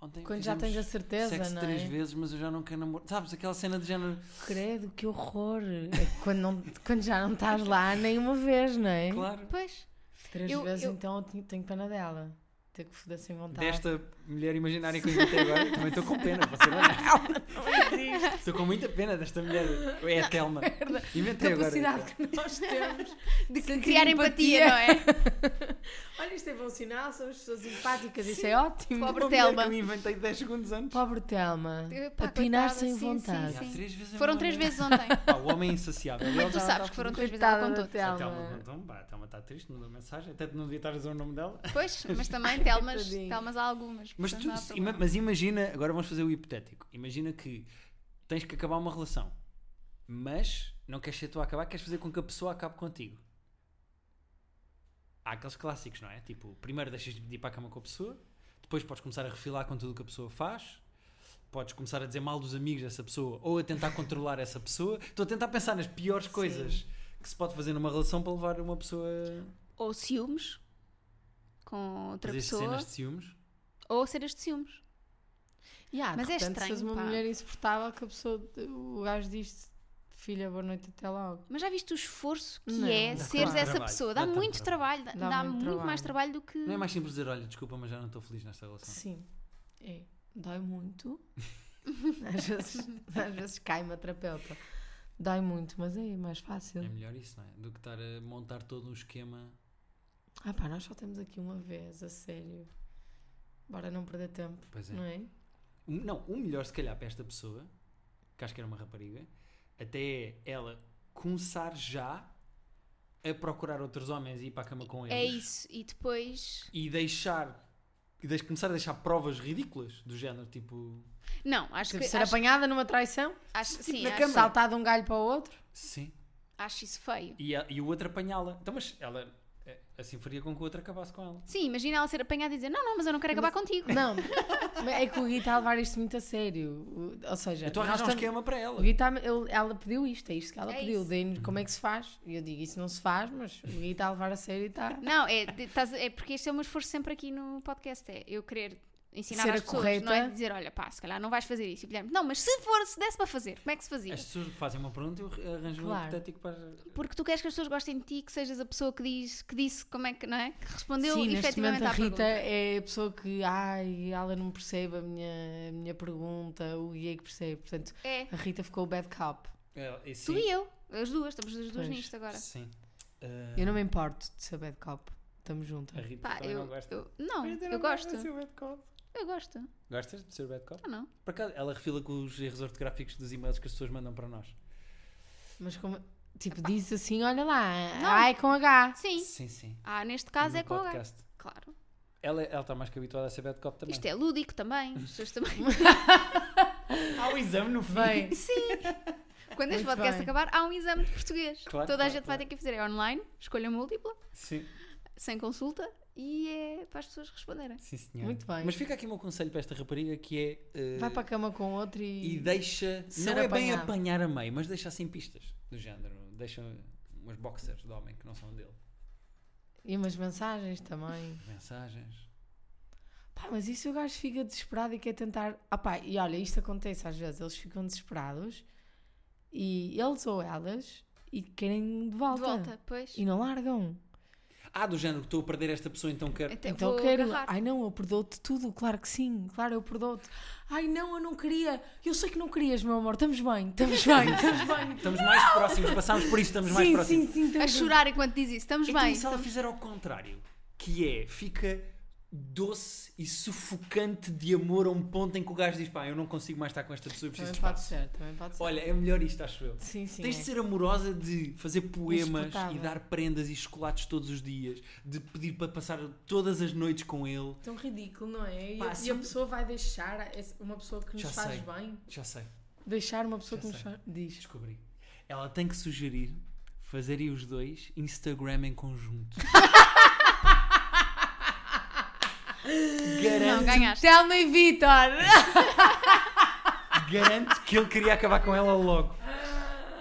Speaker 1: ontem.
Speaker 3: Quando já
Speaker 1: fizemos
Speaker 3: tens a certeza,
Speaker 1: sexo
Speaker 3: não é?
Speaker 1: três vezes, mas eu já não quero namorar. Sabes, aquela cena de género.
Speaker 3: Credo, que horror. É que quando, não- quando já não estás lá nem uma vez, não é?
Speaker 1: Claro.
Speaker 2: Pois.
Speaker 3: Três
Speaker 2: Eu-
Speaker 3: vezes
Speaker 2: eu-
Speaker 3: então eu tenho, tenho pena dela. Ter que foder sem
Speaker 2: Tá
Speaker 3: vontade.
Speaker 1: Desta mulher imaginária que eu inventei agora, também estou com pena, para ser honesto. Estou com muita pena desta mulher. É a Telma.
Speaker 3: então.
Speaker 1: Inventei agora.
Speaker 3: capacidade que nós temos de
Speaker 2: Criar empatia, não é?
Speaker 3: Olha, isto é bom sinal, somos pessoas empáticas, isso é ótimo.
Speaker 2: Pobre
Speaker 1: Uma mulher
Speaker 2: Telma.
Speaker 1: que eu inventei 10 segundos antes.
Speaker 3: Pobre Telma.
Speaker 2: Eh, pá,
Speaker 3: Apinar
Speaker 2: coitada,
Speaker 3: sem
Speaker 2: sim,
Speaker 3: vontade.
Speaker 2: sim,
Speaker 1: Já,
Speaker 2: sim.
Speaker 1: três vezes é
Speaker 2: Foram
Speaker 1: uma
Speaker 2: três
Speaker 1: mulher.
Speaker 2: vezes ontem.
Speaker 1: Pá, o homem é insaciável.
Speaker 2: Mas
Speaker 1: Ela
Speaker 2: tu
Speaker 1: já
Speaker 2: sabes
Speaker 1: está
Speaker 2: que foram três vezes ela
Speaker 3: Coitada da
Speaker 2: contou.
Speaker 1: A
Speaker 3: Telma.
Speaker 1: Telma, então, pá, a Telma está triste, mandou mensagem. Até não devia estar a dizer o nome dela.
Speaker 2: Pois, mas também telmas,
Speaker 3: Tadinho.
Speaker 2: telmas há algumas.
Speaker 1: Mas,
Speaker 2: portanto
Speaker 1: tu-
Speaker 2: não há
Speaker 1: se-
Speaker 2: problema.
Speaker 1: ima- mas imagina, agora vamos fazer o hipotético. Imagina que tens que acabar uma relação, mas não queres ser tu a acabar, queres fazer com que a pessoa acabe contigo. Há aqueles clássicos, não é? Tipo, primeiro deixas de ir para a cama com a pessoa, depois podes começar a refilar com tudo o que a pessoa faz, podes começar a dizer mal dos amigos dessa pessoa ou a tentar controlar essa pessoa. Estou a tentar pensar nas piores coisas que se pode fazer numa relação para levar uma pessoa
Speaker 2: Ou ciúmes com
Speaker 1: a
Speaker 2: outra
Speaker 1: fazer
Speaker 2: pessoa.
Speaker 1: cenas de ciúmes.
Speaker 2: Ou cenas de ciúmes.
Speaker 3: Yeah,
Speaker 2: Mas
Speaker 3: de
Speaker 2: é
Speaker 3: repente,
Speaker 2: estranho,
Speaker 3: se és uma
Speaker 2: pá.
Speaker 3: mulher insuportável que a pessoa, o gajo diz filha, boa noite até logo.
Speaker 2: Mas já viste o esforço que
Speaker 3: Não.
Speaker 2: é
Speaker 1: Dá
Speaker 2: seres
Speaker 1: tanto
Speaker 2: essa
Speaker 1: trabalho,
Speaker 2: pessoa?
Speaker 1: dá
Speaker 2: Dá,
Speaker 1: tanto
Speaker 2: muito trabalho, dá,
Speaker 3: Dá
Speaker 2: dá
Speaker 3: muito
Speaker 2: muito
Speaker 3: trabalho.
Speaker 2: mais trabalho do que.
Speaker 1: Não é mais simples dizer, olha, desculpa, mas já não estou feliz nesta relação.
Speaker 3: Sim. É. Dói muito. às vezes, às vezes cai-me a terapeuta. Dói muito, mas é mais fácil.
Speaker 1: É
Speaker 2: Então.
Speaker 1: melhor isso, não é? Do que estar a montar todo um esquema.
Speaker 3: Ah pá, nós só temos aqui uma vez, a sério. Bora não perder tempo,
Speaker 1: Pois é.
Speaker 3: não é?
Speaker 1: O- Não, o melhor, se calhar, para esta pessoa, que acho que era uma rapariga, até é ela começar já a procurar outros homens e ir para a cama com eles.
Speaker 2: É isso. E depois.
Speaker 1: E deixar. E deixe- começar a deixar provas ridículas do género, tipo.
Speaker 2: Não, acho
Speaker 3: Deve
Speaker 2: que.
Speaker 3: ser
Speaker 2: Acho,
Speaker 3: apanhada numa traição,
Speaker 2: acho- sim,
Speaker 1: na
Speaker 2: acho,
Speaker 1: cama.
Speaker 3: saltar de um galho para o outro.
Speaker 1: Sim.
Speaker 2: acho isso feio.
Speaker 1: E, a- e o outro apanhá-la. Então, mas ela. eh, Assim faria com que o outro acabasse com ela.
Speaker 2: Sim, imagina ela ser apanhada e dizer: Não, não, mas eu não quero acabar contigo.
Speaker 3: Não, mas é que o Gui está a levar isto muito a sério. O- Ou seja,
Speaker 1: Eu estou a
Speaker 3: nós
Speaker 1: arranjar um
Speaker 3: tam-
Speaker 1: esquema para ela.
Speaker 3: o Gui está, ele- ela pediu isto, é isto que ela
Speaker 2: É
Speaker 3: pediu.
Speaker 2: isso.
Speaker 3: Dei-nos como é que se faz. E eu digo, isso não se faz, mas o Gui está a levar a sério e está.
Speaker 2: Não, é, de- estás- é porque este é o meu esforço sempre aqui no podcast. É eu querer ensinar
Speaker 3: Ser
Speaker 2: às
Speaker 3: a
Speaker 2: pessoas,
Speaker 3: correta.
Speaker 2: não é dizer, olha, pá, se calhar não vais fazer isso. E o Guilherme, não, mas se for, se desse para fazer, como é que se fazia?
Speaker 1: As pessoas fazem uma pergunta e eu arranjo um
Speaker 3: Claro.
Speaker 1: hipotético para.
Speaker 2: Porque tu queres que as pessoas gostem de ti, que sejas a pessoa que diz, que disse como é que, não é? Que respondeu
Speaker 3: Sim, neste
Speaker 2: efetivamente
Speaker 3: momento a
Speaker 2: à
Speaker 3: Rita
Speaker 2: pergunta.
Speaker 3: é a pessoa que, ai, ela não percebe a minha, a minha pergunta, o Gui é que percebe. Portanto,
Speaker 2: É,
Speaker 3: a Rita ficou o bad cop.
Speaker 1: Ela- É, e
Speaker 2: tu
Speaker 1: sim.
Speaker 2: e eu, as duas, estamos as duas
Speaker 3: Pois.
Speaker 2: nisto agora.
Speaker 1: Sim. Eh,
Speaker 3: Eu não me importo de ser bad cop. Estamos juntas.
Speaker 1: Tá A Rita
Speaker 2: Pá,
Speaker 1: também
Speaker 2: eu
Speaker 1: não gosta.
Speaker 2: eu- não, eu gosto, eu gosto,
Speaker 1: Gostas de ser bad cop?
Speaker 2: ah não.
Speaker 1: Por acaso, ela refila com os erros ortográficos dos e-mails que as pessoas mandam para nós.
Speaker 3: Mas como. Tipo, diz assim, olha lá,
Speaker 2: Não.
Speaker 3: ai com H.
Speaker 2: Sim,
Speaker 1: Sim, sim.
Speaker 2: ah, neste caso
Speaker 1: No
Speaker 2: é com H,
Speaker 1: podcast.
Speaker 2: claro.
Speaker 1: Ela ela está mais que habituada a ser bad cop também.
Speaker 2: Isto é lúdico também, as pessoas também.
Speaker 1: Há o exame no fim.
Speaker 3: Bem,
Speaker 2: Sim. Quando este
Speaker 3: Muito
Speaker 2: podcast
Speaker 3: bem.
Speaker 2: acabar, há um exame de português.
Speaker 1: Claro,
Speaker 2: Toda a
Speaker 1: claro,
Speaker 2: gente vai
Speaker 1: claro.
Speaker 2: ter que fazer. É online, escolha múltipla.
Speaker 1: Sim.
Speaker 2: sem consulta e é para as pessoas responderem.
Speaker 1: Sim, senhora.
Speaker 3: Muito bem.
Speaker 1: Mas fica aqui o meu conselho para esta rapariga que é. uh,
Speaker 3: Vai para a cama com outro e.
Speaker 1: e deixa.
Speaker 3: Ser
Speaker 1: não é bem
Speaker 3: apanhado.
Speaker 1: apanhar a meio, mas deixa assim pistas do género. Deixa umas boxers de homem que não são dele.
Speaker 3: E umas mensagens também.
Speaker 1: Mensagens.
Speaker 3: Pá, mas e se o gajo fica desesperado e quer tentar. Ah, pá, e olha, isto acontece às vezes, eles ficam desesperados e eles ou elas e querem de
Speaker 2: De
Speaker 3: volta.
Speaker 2: volta, pois.
Speaker 3: E não largam.
Speaker 1: Ah, do género que estou a perder esta pessoa, então quero.
Speaker 2: Até
Speaker 3: então
Speaker 2: vou
Speaker 3: quero.
Speaker 2: agarrar.
Speaker 3: Ai não, eu perdoo-te tudo, claro que sim, claro, eu perdoo-te. Ai não, eu não queria. Eu sei que não querias, meu amor, estamos bem, estamos bem,
Speaker 2: Então,
Speaker 3: estamos bem.
Speaker 1: Estamos mais próximos, passámos por isto, estamos mais
Speaker 3: sim,
Speaker 1: próximos.
Speaker 3: sim, sim,
Speaker 2: A
Speaker 3: estamos bem.
Speaker 2: chorar enquanto diz isso. Estamos
Speaker 1: Então,
Speaker 2: bem.
Speaker 1: e se ela
Speaker 2: estamos-
Speaker 1: fizer ao contrário, que é, fica doce e sufocante de amor a um ponto em que o gajo diz: pá, eu não consigo mais estar com esta pessoa, eu preciso de
Speaker 3: Também pode
Speaker 1: espaço.
Speaker 3: ser, também pode ser.
Speaker 1: Olha, é melhor isto, acho eu.
Speaker 3: sim, sim.
Speaker 1: Tens de
Speaker 3: é.
Speaker 1: ser amorosa de fazer poemas
Speaker 3: Insuportável.
Speaker 1: e dar prendas e chocolates todos os dias, de pedir para passar todas as noites com ele.
Speaker 3: Tão ridículo, não é? E,
Speaker 1: Pá,
Speaker 3: a- e
Speaker 1: sim.
Speaker 3: a pessoa vai deixar essa- uma pessoa que nos
Speaker 1: Já
Speaker 3: faz
Speaker 1: sei.
Speaker 3: bem.
Speaker 1: Já sei,
Speaker 3: Deixar uma pessoa
Speaker 1: Já
Speaker 3: que nos
Speaker 1: sei.
Speaker 3: faz. Diz.
Speaker 1: descobri. Ela tem que sugerir fazerem os dois Instagram em conjunto.
Speaker 2: Não,
Speaker 1: garanto,
Speaker 2: ganhaste.
Speaker 3: Telma é e Vitor!
Speaker 1: garanto que ele queria acabar com ela logo.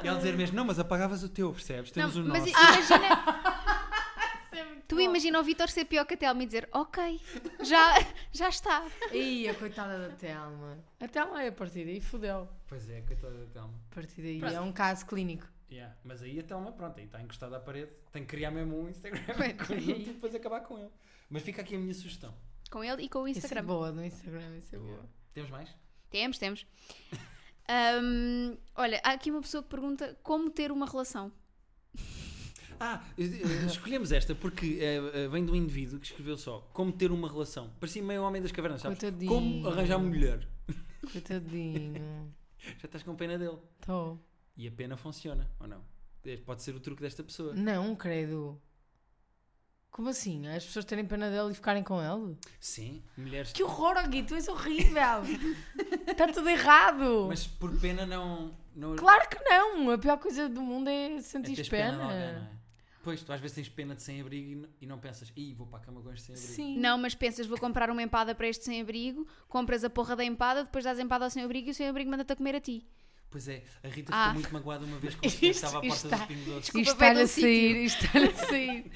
Speaker 1: E ela dizer mesmo: Não, mas apagavas o teu, percebes? Temos
Speaker 2: Não,
Speaker 1: o
Speaker 2: mas
Speaker 1: nosso.
Speaker 2: i- imagina. um é tu imagina o Vitor ser pior que a Telma e dizer: Ok, já, já está.
Speaker 3: Ih, a coitada da Telma. A Telma é a partir daí, fodeu.
Speaker 1: Pois é, coitada da Telma.
Speaker 3: A partir daí
Speaker 1: Pronto.
Speaker 3: é um caso clínico.
Speaker 1: Yeah, Mas aí a Telma, pronto, aí está encostada à parede, tem que criar mesmo um Instagram
Speaker 2: Bem,
Speaker 1: em conjunto e depois acabar com ele. Mas fica aqui a minha sugestão.
Speaker 2: Com ele e com o
Speaker 3: Isso é
Speaker 2: Instagram.
Speaker 3: boa no Instagram, isso é
Speaker 2: Tá
Speaker 3: boa.
Speaker 1: Temos mais?
Speaker 2: Temos, temos. Ahm, olha, há aqui uma pessoa que pergunta como ter uma relação.
Speaker 1: Ah, eh, eh, escolhemos esta porque eh, eh, vem de um indivíduo que escreveu só como ter uma relação. Parecia meio homem das cavernas, sabes?
Speaker 3: Coitadinho.
Speaker 1: Como arranjar um uma mulher.
Speaker 3: Coitadinho.
Speaker 1: Já estás com pena dele.
Speaker 3: Estou.
Speaker 1: E a pena funciona, ou não? Eh, Pode ser o truque desta pessoa.
Speaker 2: Hum.
Speaker 3: Não, credo. Como assim? As pessoas terem pena dele e ficarem com ele?
Speaker 1: Sim, mulheres.
Speaker 3: Que horror, Gui, tu és horrível! Está tudo errado!
Speaker 1: Mas por pena não. não...
Speaker 3: Claro que não! A pior coisa do mundo é
Speaker 1: é
Speaker 3: sentir
Speaker 1: teres
Speaker 3: pena.
Speaker 1: pena. de alguém, não é? Pois, tu às vezes tens pena de sem-abrigo e n- e não pensas, ih, vou para a cama com este sem-abrigo.
Speaker 3: Sim.
Speaker 2: Não, mas pensas, vou comprar uma empada para este sem-abrigo, compras a porra da empada, depois dás a empada ao sem-abrigo e o sem-abrigo manda-te a comer a ti.
Speaker 1: Pois é, a Rita
Speaker 2: Ah.
Speaker 1: ficou muito magoada uma vez quando estava à porta
Speaker 3: Isto
Speaker 1: dos
Speaker 3: está-
Speaker 1: Pingo Doce.
Speaker 2: Desculpa,
Speaker 3: Isto
Speaker 2: vai de
Speaker 3: está-lhe
Speaker 2: um
Speaker 3: a sair, isto está-lhe a sair.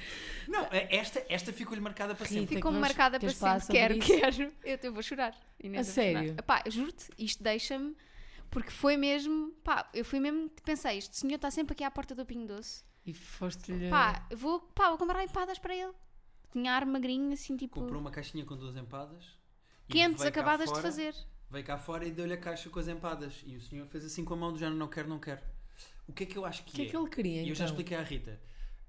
Speaker 1: Não, é, esta, esta ficou-lhe marcada para sempre.
Speaker 3: Rita,
Speaker 2: Ficou um
Speaker 3: que vamos-
Speaker 2: marcada para
Speaker 3: queres falar
Speaker 2: sempre. Quero,
Speaker 3: sobre
Speaker 2: quero. Eu, te- eu vou chorar. Inês,
Speaker 3: A
Speaker 2: eu vou chorar.
Speaker 3: sério?
Speaker 2: Pá, juro-te, isto deixa-me. Porque foi mesmo. Pá, eu fui mesmo. Pensei, este senhor está sempre aqui à porta do Pinho Doce.
Speaker 3: E foste-lhe.
Speaker 2: Pá, eu vou, pá, vou comprar empadas para ele. Tinha ar magrinho, assim, tipo.
Speaker 1: Comprou uma caixinha com duas empadas. e
Speaker 2: Quentes,
Speaker 1: veio cá
Speaker 2: acabadas de
Speaker 1: fora-
Speaker 2: fazer.
Speaker 1: Veio cá fora e deu-lhe a caixa com as empadas. E o senhor fez assim com a mão do género, não quero, não quero. O que é que eu acho que
Speaker 3: O que
Speaker 1: é?
Speaker 3: é que ele queria?
Speaker 1: E eu já
Speaker 3: então?
Speaker 1: expliquei à Rita.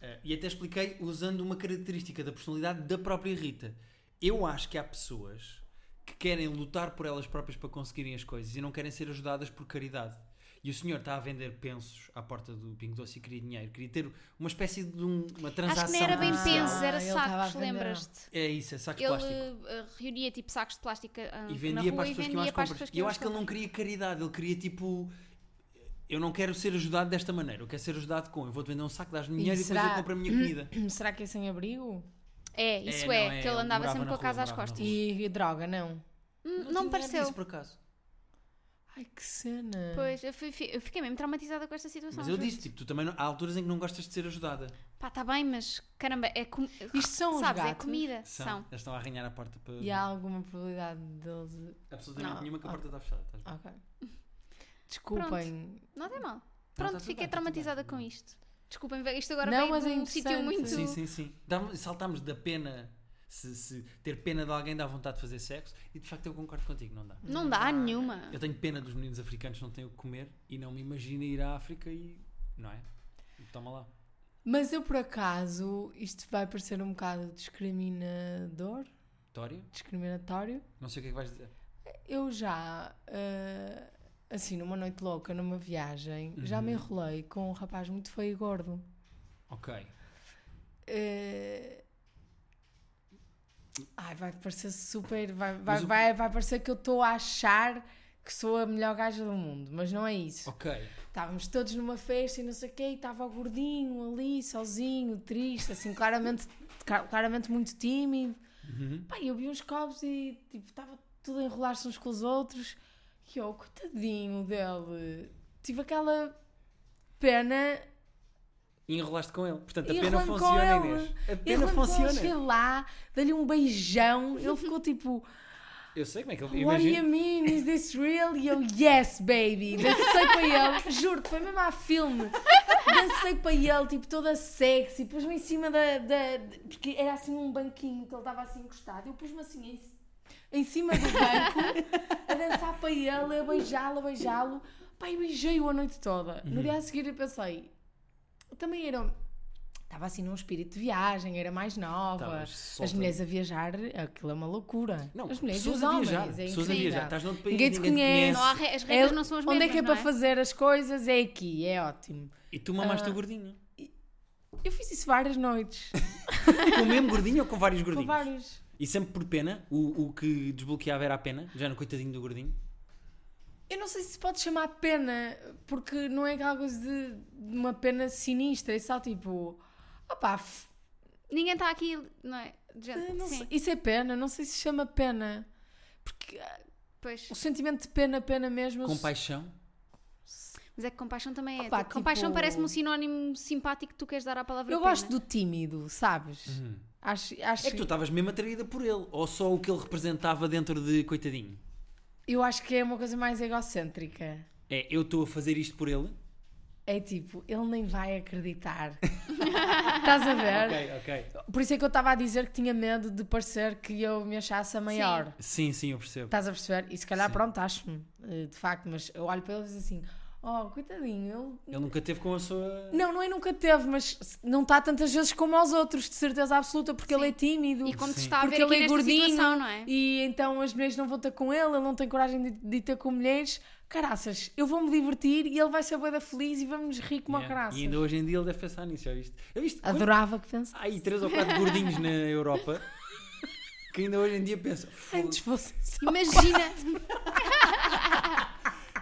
Speaker 1: Eh, e até expliquei usando uma característica da personalidade da própria Rita. Eu acho que há pessoas que querem lutar por elas próprias para conseguirem as coisas e não querem ser ajudadas por caridade. E o senhor está a vender pensos à porta do Pingo Doce e queria dinheiro. Queria ter uma espécie de um- uma transação.
Speaker 2: Acho que não era bem
Speaker 1: comercial.
Speaker 2: pensos, era
Speaker 3: Ah, ele estava a
Speaker 2: sacos,
Speaker 3: vender.
Speaker 2: lembras-te?
Speaker 1: É isso, é sacos de
Speaker 2: Ele
Speaker 1: plástico.
Speaker 2: eh, reunia tipo sacos de plástico eh,
Speaker 1: e
Speaker 2: na
Speaker 1: vendia
Speaker 2: rua
Speaker 1: para as
Speaker 2: e
Speaker 1: pessoas que iam às
Speaker 2: vendia para as
Speaker 1: compras.
Speaker 2: pessoas que
Speaker 1: E eu
Speaker 2: iam às
Speaker 1: acho que ele não
Speaker 2: compras.
Speaker 1: queria caridade, ele queria tipo. Eu não quero ser ajudado desta maneira, eu quero ser ajudado com. Eu vou-te vender um saco, dás-me dinheiro e, depois
Speaker 3: será-
Speaker 1: eu compro a minha comida.
Speaker 3: Será que é sem abrigo?
Speaker 2: É,
Speaker 1: É,
Speaker 2: isso
Speaker 1: não,
Speaker 2: é,
Speaker 1: é,
Speaker 2: que
Speaker 1: ele
Speaker 2: ele andava
Speaker 1: morava
Speaker 2: sempre
Speaker 1: na
Speaker 2: com
Speaker 1: rua,
Speaker 2: a casa às
Speaker 1: morava na
Speaker 2: costas.
Speaker 3: E, e droga, não?
Speaker 2: Hum,
Speaker 1: tinha
Speaker 2: Não
Speaker 1: nada
Speaker 2: me pareceu.
Speaker 1: disso, por acaso.
Speaker 3: Ai, que cena.
Speaker 2: Pois, eu, fui- fi- eu fiquei mesmo traumatizada com esta situação.
Speaker 1: Mas eu
Speaker 2: juro-te.
Speaker 1: disse, tipo, tu também não- há alturas em que não gostas de ser ajudada.
Speaker 2: Pá, tá bem, mas caramba, é com...
Speaker 3: Isto são os
Speaker 2: sabes, é
Speaker 3: gatos?
Speaker 2: comida.
Speaker 1: São.
Speaker 2: São.
Speaker 1: Eles estão a arranhar a porta para.
Speaker 3: E há alguma probabilidade deles.
Speaker 1: Absolutamente
Speaker 3: Não.
Speaker 1: nenhuma que a porta está fechada. tá? estás bem?
Speaker 3: Ok. Desculpem.
Speaker 2: Não tem mal.
Speaker 1: Não,
Speaker 2: Pronto,
Speaker 1: tá tudo bem,
Speaker 2: fiquei
Speaker 1: tá tudo
Speaker 2: traumatizada
Speaker 1: bem.
Speaker 2: com isto. Desculpem, ve- isto agora
Speaker 3: Não,
Speaker 2: veio
Speaker 3: mas
Speaker 2: de
Speaker 3: é
Speaker 2: um sítio
Speaker 3: interessante.
Speaker 2: muito...
Speaker 1: Sim, sim, sim. Dá- Saltámos da pena. Se, se ter pena de alguém dá vontade de fazer sexo, e de facto eu concordo contigo, não dá.
Speaker 2: Não dá nenhuma.
Speaker 1: Eu tenho pena dos meninos africanos que não têm o que comer e não me imagino ir à África e. Não é? Toma lá.
Speaker 3: Mas eu, por acaso, isto vai parecer um bocado discriminador,
Speaker 1: Tória?
Speaker 3: discriminatório.
Speaker 1: Não sei o que é que vais dizer.
Speaker 3: Eu já, ah, assim, numa noite louca, numa viagem, já
Speaker 1: Uhum.
Speaker 3: me enrolei com um rapaz muito feio e gordo.
Speaker 1: Ok.
Speaker 3: Eh, Ai, vai parecer super. Vai, vai,
Speaker 1: Mas o-
Speaker 3: vai, vai parecer que eu estou a achar que sou a melhor gaja do mundo, mas não é isso.
Speaker 1: Ok.
Speaker 3: Estávamos todos numa festa e não sei o quê, e estava o gordinho ali, sozinho, triste, assim, claramente, cla- claramente muito tímido.
Speaker 1: Uhum.
Speaker 3: Pá, eu vi uns copos e tipo, estava tudo a enrolar-se uns com os outros. E eu, coitadinho dele, tive aquela pena.
Speaker 1: E enrolaste com ele. Portanto, a
Speaker 3: E
Speaker 1: pena
Speaker 3: enrolei-me com
Speaker 1: funciona,
Speaker 3: ele.
Speaker 1: Inês. A
Speaker 3: Eu
Speaker 1: pena
Speaker 3: lembro-me que eu cheguei
Speaker 1: funciona.
Speaker 3: lá, dei-lhe um beijão, ele ficou tipo.
Speaker 1: Eu sei como é que ele.
Speaker 3: What do you
Speaker 1: Imagino.
Speaker 3: mean? Is this real? E eu, yes, baby. Dancei para ele, juro, que foi mesmo a filme. Dancei para ele, tipo, toda sexy. Pus-me em cima da, da- de- Porque era assim um banquinho que ele estava assim encostado. Eu pus-me assim em, ci- em cima do banco, a dançar para ele, a beijá-lo, a beijá-lo. Pai, beijei-o a noite toda. No dia a seguir eu pensei. Também era. um, Estava assim num espírito de viagem, era mais nova.
Speaker 1: Estavas
Speaker 3: As
Speaker 1: solta.
Speaker 3: mulheres a viajar, aquilo é uma loucura.
Speaker 1: Não,
Speaker 3: as mulheres e
Speaker 1: pessoas
Speaker 3: os
Speaker 1: a
Speaker 3: homens,
Speaker 1: viajar.
Speaker 3: é
Speaker 1: pessoas a
Speaker 3: incrível.
Speaker 1: viajar. tá- Estás noutro país.
Speaker 3: Ninguém te conhece.
Speaker 2: Não há re- as
Speaker 3: É-
Speaker 2: regras não são as
Speaker 3: onde
Speaker 2: mesmas.
Speaker 3: é que é
Speaker 2: não
Speaker 3: para fazer as coisas? É aqui, é ótimo.
Speaker 1: E tu
Speaker 3: Ah.
Speaker 1: mamaste o gordinho.
Speaker 3: Eu fiz isso várias noites.
Speaker 1: Com o mesmo gordinho ou com vários
Speaker 3: com
Speaker 1: gordinhos?
Speaker 3: vários.
Speaker 1: E sempre por pena? O, o que desbloqueava era a pena? Já no coitadinho do gordinho?
Speaker 3: Eu não sei se pode chamar pena, porque não é aquela coisa de de uma pena sinistra, é só tipo. Opá, f-
Speaker 2: Ninguém está aqui, não é? De gente-
Speaker 3: não
Speaker 2: sim,
Speaker 3: sei- isso é pena, não sei se chama pena. Porque ah,
Speaker 2: pois.
Speaker 3: o sentimento de pena, pena mesmo. eu s-
Speaker 1: Compaixão?
Speaker 2: Mas é que compaixão também é.
Speaker 3: Opa,
Speaker 2: tipo, compaixão
Speaker 3: tipo-
Speaker 2: parece-me um sinónimo simpático que tu queres dar à palavra
Speaker 3: Eu
Speaker 2: pena.
Speaker 3: gosto do tímido, sabes? Acho, acho
Speaker 1: É que tu estavas mesmo atraída por ele, ou só o que ele representava dentro de coitadinho?
Speaker 3: Eu acho que é uma coisa mais egocêntrica.
Speaker 1: É, eu estou a fazer isto por ele?
Speaker 3: É tipo, ele nem vai acreditar. Estás a ver?
Speaker 1: Ok, ok.
Speaker 3: Por isso é que eu estava a dizer que tinha medo de parecer que eu me achasse a maior.
Speaker 1: Sim, sim, eu percebo.
Speaker 3: Estás a perceber? E se calhar, pronto, acho-me, eh, de facto, mas eu olho para ele e diz assim: oh, coitadinho, ele.
Speaker 1: Ele nunca teve com a sua.
Speaker 3: Não, não é nunca teve, mas se- não está tantas vezes como aos outros, de certeza absoluta, porque ele é tímido.
Speaker 2: E como
Speaker 1: Sim.
Speaker 2: te está a
Speaker 3: Porque
Speaker 2: ver aqui
Speaker 3: ele é
Speaker 2: nesta
Speaker 3: gordinho
Speaker 2: situação, não é?
Speaker 3: E então as mulheres não vão ter com ele, ele não tem coragem de, de ter com mulheres. Caraças, eu vou-me divertir e ele vai ser boeda feliz e vamos rir como
Speaker 1: Yeah.
Speaker 3: a caraças.
Speaker 1: E ainda hoje em dia ele deve pensar nisso, já viste? Já viste? Quando-
Speaker 3: Adorava que pensasse.
Speaker 1: Há aí três ou quatro gordinhos na Europa que ainda hoje em dia pensam.
Speaker 3: Antes fosse só.
Speaker 2: Imagina,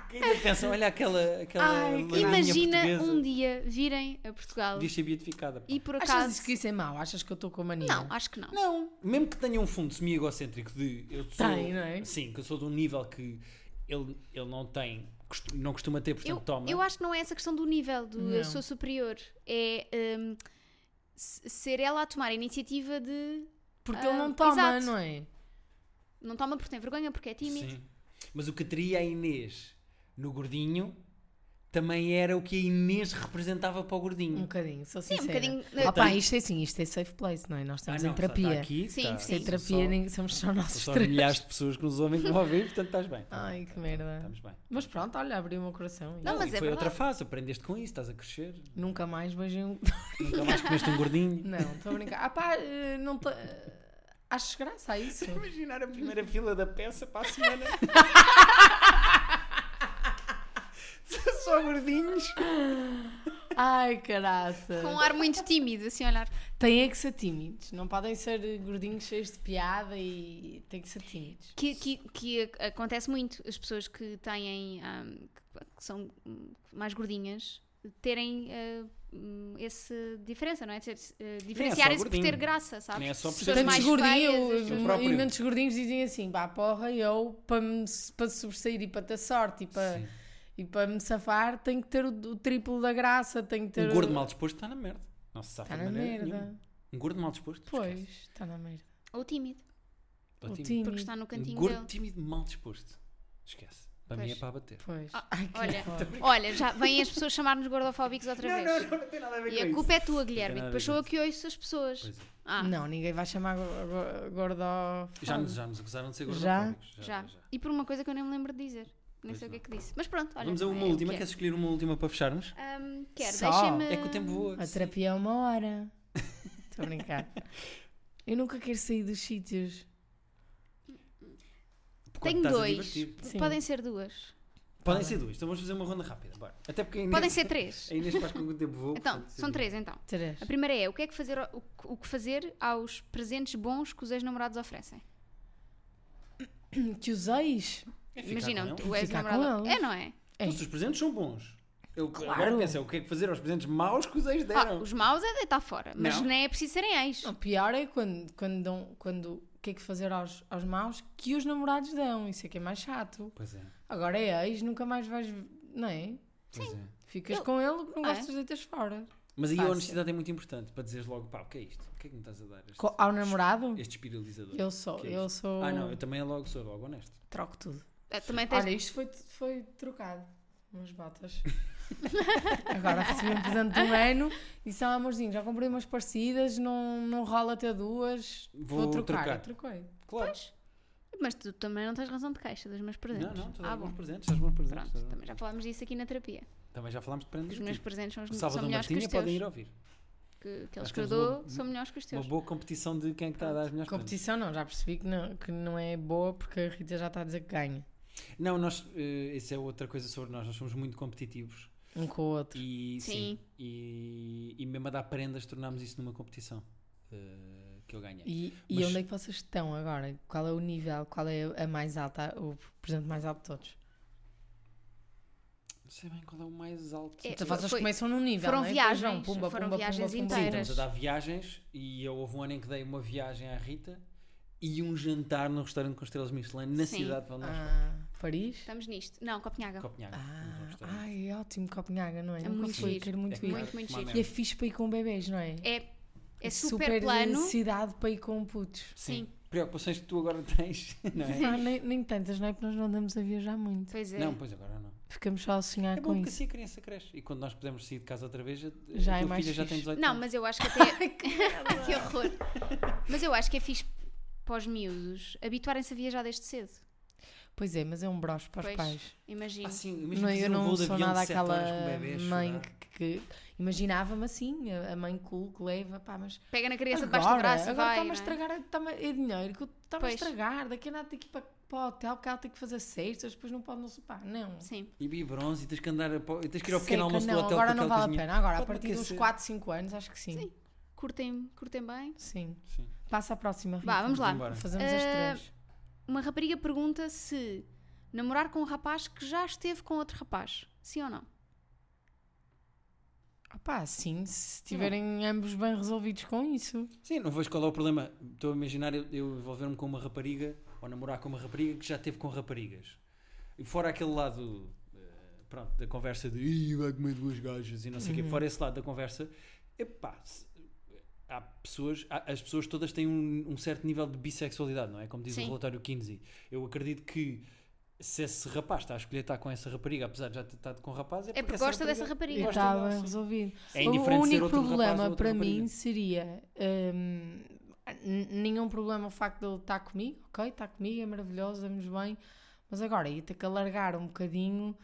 Speaker 1: Que ainda pensam, olha aquela. aquela
Speaker 3: Ai,
Speaker 1: loirinha
Speaker 2: imagina
Speaker 1: portuguesa.
Speaker 2: um dia virem a Portugal
Speaker 1: Podia ser beatificada. pá.
Speaker 2: e por
Speaker 3: Achas
Speaker 2: acaso.
Speaker 3: que isso é mau? Achas que eu estou com mania?
Speaker 2: Não, acho que não.
Speaker 1: Não, mesmo que tenha um fundo semi-egocêntrico de. Eu sou,
Speaker 3: Tem, não é?
Speaker 1: Sim, que eu sou de um nível que ele, ele não tem, costu- não costuma ter, portanto
Speaker 2: Eu,
Speaker 1: toma.
Speaker 2: eu acho que não é essa questão do nível, do eu
Speaker 3: Não.
Speaker 2: sou superior. É hum, se- ser ela a tomar a iniciativa de.
Speaker 3: Porque
Speaker 2: Ah,
Speaker 3: ele não toma,
Speaker 2: exato.
Speaker 3: não é?
Speaker 2: Não toma porque tem vergonha, porque é tímido.
Speaker 1: Sim. Mas o que teria a Inês no gordinho também era o que a Inês representava para o
Speaker 3: Um
Speaker 1: gordinho.
Speaker 3: bocadinho, sou
Speaker 2: Sim, um
Speaker 3: sincera.
Speaker 2: bocadinho-
Speaker 3: Opa,
Speaker 1: Tem-
Speaker 3: isto é assim, isto é safe place, não é? Nós estamos
Speaker 1: Ah,
Speaker 3: em
Speaker 1: não, só
Speaker 3: terapia.
Speaker 1: Está aqui,
Speaker 2: Sim,
Speaker 1: está-
Speaker 2: sim.
Speaker 3: Isto é
Speaker 1: são
Speaker 3: terapia,
Speaker 1: só-
Speaker 3: ninguém- somos só
Speaker 1: são
Speaker 3: nossos
Speaker 1: só
Speaker 3: três.
Speaker 1: milhares de pessoas que nos ouvem que vão ouvir, portanto estás bem. estás
Speaker 3: Ai,
Speaker 1: bem,
Speaker 3: que
Speaker 1: estás
Speaker 3: merda.
Speaker 1: bem, Estamos bem.
Speaker 3: Mas pronto, olha, abriu o meu coração.
Speaker 2: Não,
Speaker 1: e
Speaker 2: mas é
Speaker 1: foi outra
Speaker 2: verdade.
Speaker 1: fase, aprendeste com isso, estás a crescer.
Speaker 3: Nunca mais beijei um.
Speaker 1: Nunca mais comeste um gordinho.
Speaker 3: Não, estou a brincar. Ah pá, eh, não te... Acho graça a isso.
Speaker 1: Imaginar a primeira fila da peça para a semana. Só gordinhos.
Speaker 3: Ai, caraça.
Speaker 2: Com um ar muito tímido, assim, a olhar.
Speaker 3: Têm é que ser tímidos. Não podem ser gordinhos cheios de piada e têm que ser tímidos.
Speaker 2: Que, que, que ac- acontece muito as pessoas que têm ahm, que- que são hum, mais gordinhas terem ah, hum, essa diferença, não é? Ter- eh, Diferenciarem-se por
Speaker 1: gordinho.
Speaker 2: ter graça, sabes?
Speaker 1: Nem é só por
Speaker 2: Pessoas
Speaker 1: ser Tantos
Speaker 2: mais feias, assim. as
Speaker 3: gordinhos,
Speaker 1: eu
Speaker 2: pessoas-
Speaker 1: próprio.
Speaker 3: imensos gordinhos dizem assim: pá, porra, eu para, me, para sobressair e para ter sorte e para,
Speaker 1: Sim.
Speaker 3: e para me safar, tenho que ter o, o triplo da graça. Tenho que ter.
Speaker 1: Um gordo mal disposto está na merda. Não se safa
Speaker 3: Está
Speaker 1: de
Speaker 3: na
Speaker 1: maneira
Speaker 3: merda.
Speaker 1: nenhuma. Um gordo mal disposto?
Speaker 3: Pois, está na merda.
Speaker 2: Ou tímido,
Speaker 1: Esquece.
Speaker 3: O
Speaker 1: Ou tímido.
Speaker 3: tímido.
Speaker 2: porque está no
Speaker 1: Um
Speaker 2: cantinho
Speaker 1: gordo
Speaker 2: dele.
Speaker 1: tímido mal disposto. Esquece. Para mim
Speaker 2: Pois.
Speaker 1: é para bater.
Speaker 3: Pois.
Speaker 2: Ah,
Speaker 3: Ai, que
Speaker 2: olha.
Speaker 3: horror.
Speaker 2: Olha, já vêm as pessoas chamar-nos gordofóbicos outra vez.
Speaker 1: não, não tem nada ver
Speaker 2: E a culpa é tua, Guilherme.
Speaker 1: Não tem nada a
Speaker 2: e Depois
Speaker 1: ver
Speaker 2: sou
Speaker 1: com
Speaker 2: eu que ouço as pessoas.
Speaker 1: Pois é.
Speaker 2: Ah,
Speaker 3: Não, ninguém vai chamar go- go- gordo.
Speaker 1: Já nos, já nos acusaram de ser
Speaker 3: é Já?
Speaker 1: gordofóbicos.
Speaker 2: já. E por uma coisa que eu nem me lembro de dizer. Nem
Speaker 1: Pois
Speaker 2: sei o que é
Speaker 1: não.
Speaker 2: que disse. Mas pronto, olha.
Speaker 1: Vamos a
Speaker 2: é
Speaker 1: uma
Speaker 2: o
Speaker 1: última.
Speaker 2: que é.
Speaker 1: Queres escolher uma última para fecharmos?
Speaker 2: Ahm, quero,
Speaker 3: Só?
Speaker 2: deixem-me.
Speaker 1: É que o tempo voa.
Speaker 3: A
Speaker 1: sim.
Speaker 3: terapia é uma hora. Estou a brincar. Eu nunca quero sair dos sítios.
Speaker 1: Porque
Speaker 2: Tenho
Speaker 1: estás a
Speaker 2: dois.
Speaker 1: divertir.
Speaker 3: Sim.
Speaker 2: Podem ser duas.
Speaker 1: Podem ser duas. Então vamos fazer uma ronda rápida. Bora. Até porque a Inês,
Speaker 2: Podem ser três.
Speaker 1: a Inês faz com que o tempo voa.
Speaker 2: Então,
Speaker 1: É portanto,
Speaker 2: são
Speaker 1: seria-
Speaker 2: três então.
Speaker 3: Três.
Speaker 2: A primeira é o que é que fazer, o, que- o que fazer aos presentes bons que os ex-namorados oferecem.
Speaker 3: Que os ex
Speaker 1: É ficar
Speaker 2: Imagina,
Speaker 1: com
Speaker 2: tu és
Speaker 3: Ficar com
Speaker 2: namorado.
Speaker 3: eles.
Speaker 2: É, não é?
Speaker 3: É.
Speaker 1: Então, se os presentes são bons. Eu agora
Speaker 3: Claro.
Speaker 1: pensei, o que é que fazer aos presentes maus que os ex
Speaker 2: Ah,
Speaker 1: deram?
Speaker 2: os maus é deitar fora, mas
Speaker 1: Não.
Speaker 2: nem é preciso serem ex.
Speaker 3: O pior é quando, quando dão. Quando, o que é que fazer aos, aos maus que os namorados dão? Isso é que é mais chato.
Speaker 1: Pois é,
Speaker 3: Agora é ex, nunca mais vais. Não é?
Speaker 1: pois é.
Speaker 3: Ficas
Speaker 2: Eu-
Speaker 3: com ele, não
Speaker 2: Ah, é?
Speaker 3: gostas de deitas fora.
Speaker 1: Mas aí a
Speaker 3: Fácil.
Speaker 1: honestidade é muito importante para dizeres logo, pá, o que é isto? O que é que me estás a dar? Este,
Speaker 3: Co- Ao namorado?
Speaker 1: este espiralizador.
Speaker 3: Eu sou,
Speaker 1: Que é
Speaker 3: eu
Speaker 1: isto?
Speaker 3: sou.
Speaker 1: Ah, não, eu também logo sou logo honesto.
Speaker 4: Troco tudo.
Speaker 2: Ah, Também tens.
Speaker 3: Olha, isto foi, foi trocado. Umas botas. Agora recebi um presente de um ano e são amorzinho, já comprei umas parecidas, não, não rola até duas. Vou,
Speaker 1: Vou
Speaker 3: trocar.
Speaker 1: trocar.
Speaker 3: Eu troquei.
Speaker 1: Claro.
Speaker 2: Mas tu também não tens razão de queixa dos meus presentes.
Speaker 1: não, não, tu
Speaker 2: ah,
Speaker 1: dás
Speaker 2: bom.
Speaker 1: bons presentes, dás bons presentes.
Speaker 2: Pronto,
Speaker 1: Dás-
Speaker 2: também já falámos disso aqui na terapia.
Speaker 1: Também já falámos de
Speaker 2: Os
Speaker 1: prendas.
Speaker 2: meus
Speaker 1: tipo,
Speaker 2: presentes são, os-
Speaker 1: O
Speaker 2: são
Speaker 1: Salvador
Speaker 2: melhores que os
Speaker 1: Martinha podem
Speaker 2: teus.
Speaker 1: ir ouvir.
Speaker 2: Que, aqueles
Speaker 1: Acho
Speaker 2: que
Speaker 1: que
Speaker 2: eu
Speaker 1: eles vão-
Speaker 2: dou são melhores que os
Speaker 1: Uma
Speaker 2: teus.
Speaker 1: boa competição de quem é que está a dar as melhores prendas.
Speaker 3: Competição não, já percebi que não, que não é boa porque a Rita já está a dizer que ganha.
Speaker 1: Não, nós, eh, isso é outra coisa sobre nós, nós somos muito competitivos.
Speaker 3: Um com o outro.
Speaker 1: E,
Speaker 2: Sim.
Speaker 1: sim. e, e mesmo a dar prendas tornámos isso numa competição eh, que eu ganhei.
Speaker 3: E, e
Speaker 1: Mas-
Speaker 3: onde é que vocês estão agora? Qual é o nível? Qual é a mais alta, o presente mais alto de todos?
Speaker 1: Não sei bem qual é o mais alto.
Speaker 2: É,
Speaker 3: Então vocês
Speaker 2: foi-
Speaker 3: começam num nível.
Speaker 2: foram
Speaker 3: não é? E depois vão,
Speaker 2: viagens,
Speaker 3: pumba,
Speaker 2: foram
Speaker 3: pumba,
Speaker 2: viagens
Speaker 3: pumba, pumba.
Speaker 1: Sim,
Speaker 2: inteiras.
Speaker 1: estamos a dar viagens e eu houve um ano em que dei uma viagem à Rita e um jantar num restaurante com estrelas Michelin na
Speaker 2: Sim.
Speaker 1: cidade de onde nós
Speaker 3: Ah, Paris?
Speaker 2: Estamos nisto. Não, Copenhaga.
Speaker 1: Copenhaga. fomos ao
Speaker 3: Ah,
Speaker 1: um restaurante.
Speaker 3: ai, é ótimo Copenhaga, não é?
Speaker 2: É
Speaker 3: Nunca
Speaker 2: muito
Speaker 3: fui,
Speaker 2: giro.
Speaker 3: quero
Speaker 1: É
Speaker 3: muito ir.
Speaker 1: claro,
Speaker 2: Muito, muito
Speaker 1: uma
Speaker 2: giro.
Speaker 3: E
Speaker 1: merda.
Speaker 3: é fixe para ir com bebês, não é?
Speaker 2: É, é super, plano.
Speaker 3: cidade para ir com putos.
Speaker 1: Sim.
Speaker 2: Sim.
Speaker 1: Preocupações que tu agora tens, não é?
Speaker 3: Ah, nem, nem tantas, não é? Porque nós não andamos a viajar muito.
Speaker 2: Pois é.
Speaker 1: Não, pois agora não.
Speaker 3: Ficamos só a sonhar
Speaker 1: É bom
Speaker 3: com
Speaker 1: porque
Speaker 3: isso.
Speaker 1: assim a criança cresce. E quando nós podemos sair de casa outra vez, a, a
Speaker 3: Já é
Speaker 1: tua
Speaker 3: mais
Speaker 1: filha já
Speaker 3: fixe.
Speaker 1: tem 18
Speaker 2: Não,
Speaker 1: anos.
Speaker 2: mas eu acho que até. que horror. Mas eu acho que é fixe para os miúdos habituarem-se a viajar desde cedo.
Speaker 3: Pois é, mas é um broche para
Speaker 2: Pois,
Speaker 3: os pais.
Speaker 2: Imagino.
Speaker 1: Ah, sim,
Speaker 3: Não,
Speaker 1: imagina
Speaker 3: é?
Speaker 1: fazer
Speaker 3: eu
Speaker 1: um
Speaker 3: não
Speaker 1: voo de
Speaker 3: sou
Speaker 1: avião de
Speaker 3: nada
Speaker 1: sete horas
Speaker 3: aquela
Speaker 1: com um bebê a
Speaker 3: mãe
Speaker 1: chorar.
Speaker 3: que, que- imaginava-me assim, a, a mãe cool que leva, pá, mas
Speaker 2: Pega na criança debaixo do
Speaker 3: agora,
Speaker 2: braço e
Speaker 3: agora
Speaker 2: vai.
Speaker 3: está-me a
Speaker 2: não é?
Speaker 3: estragar, está-me a- é dinheiro que eu está-me a
Speaker 2: Pois.
Speaker 3: estragar, daqui a nada tem que ir para, para o hotel, porque ela tem que fazer cestas, depois não pode não sopar, não.
Speaker 2: Sim.
Speaker 1: E biberons, e tens que andar, a, po- e tens que ir ao
Speaker 3: Seca,
Speaker 1: pequeno almoço
Speaker 3: não,
Speaker 1: do hotel
Speaker 3: agora
Speaker 1: com
Speaker 3: não
Speaker 1: aquele
Speaker 3: vale
Speaker 1: cozinheiro.
Speaker 3: a pena. Agora, a
Speaker 1: Pode
Speaker 3: partir dos
Speaker 1: aquecer.
Speaker 3: 4, 5 anos, acho que sim.
Speaker 2: Sim.
Speaker 3: Sim.
Speaker 2: Curtem, curtem bem.
Speaker 1: Sim.
Speaker 3: Passa à próxima. Rita.
Speaker 2: Vá, vamos lá.
Speaker 1: embora.
Speaker 3: Fazemos as
Speaker 2: Ah,
Speaker 3: três.
Speaker 2: Uma rapariga pergunta se namorar com um rapaz que já esteve com outro rapaz. Sim ou não?
Speaker 3: Ah, pá, sim, se estiverem ambos bem resolvidos com isso.
Speaker 1: Sim, não vejo qual é o problema. Estou a imaginar eu, eu envolver-me com uma rapariga ou namorar com uma rapariga que já teve com raparigas. E fora aquele lado eh, pronto, da conversa de "Ih, vai comer duas gajas e não sei
Speaker 2: Uhum.
Speaker 1: o quê, fora esse lado da conversa, epá, se- há pessoas, há- as pessoas todas têm um, um certo nível de bissexualidade, não é? Como diz
Speaker 2: Sim.
Speaker 1: o relatório Kinsey. Eu acredito que se esse rapaz está a escolher estar com essa rapariga, apesar de já ter estado com o rapaz, é porque,
Speaker 2: É porque
Speaker 1: essa
Speaker 2: gosta dessa rapariga.
Speaker 3: E
Speaker 1: gosta
Speaker 3: está
Speaker 1: dela,
Speaker 3: bem
Speaker 1: sim.
Speaker 3: resolvido.
Speaker 1: É
Speaker 3: o, o
Speaker 1: indiferente ser
Speaker 3: único
Speaker 1: outro rapaz ou
Speaker 3: problema
Speaker 1: outra
Speaker 3: para
Speaker 1: rapariga.
Speaker 3: mim seria. hum, n- nenhum problema o facto de ele estar comigo, ok? Está comigo, é maravilhoso, damos bem. Mas agora ia ter que alargar um bocadinho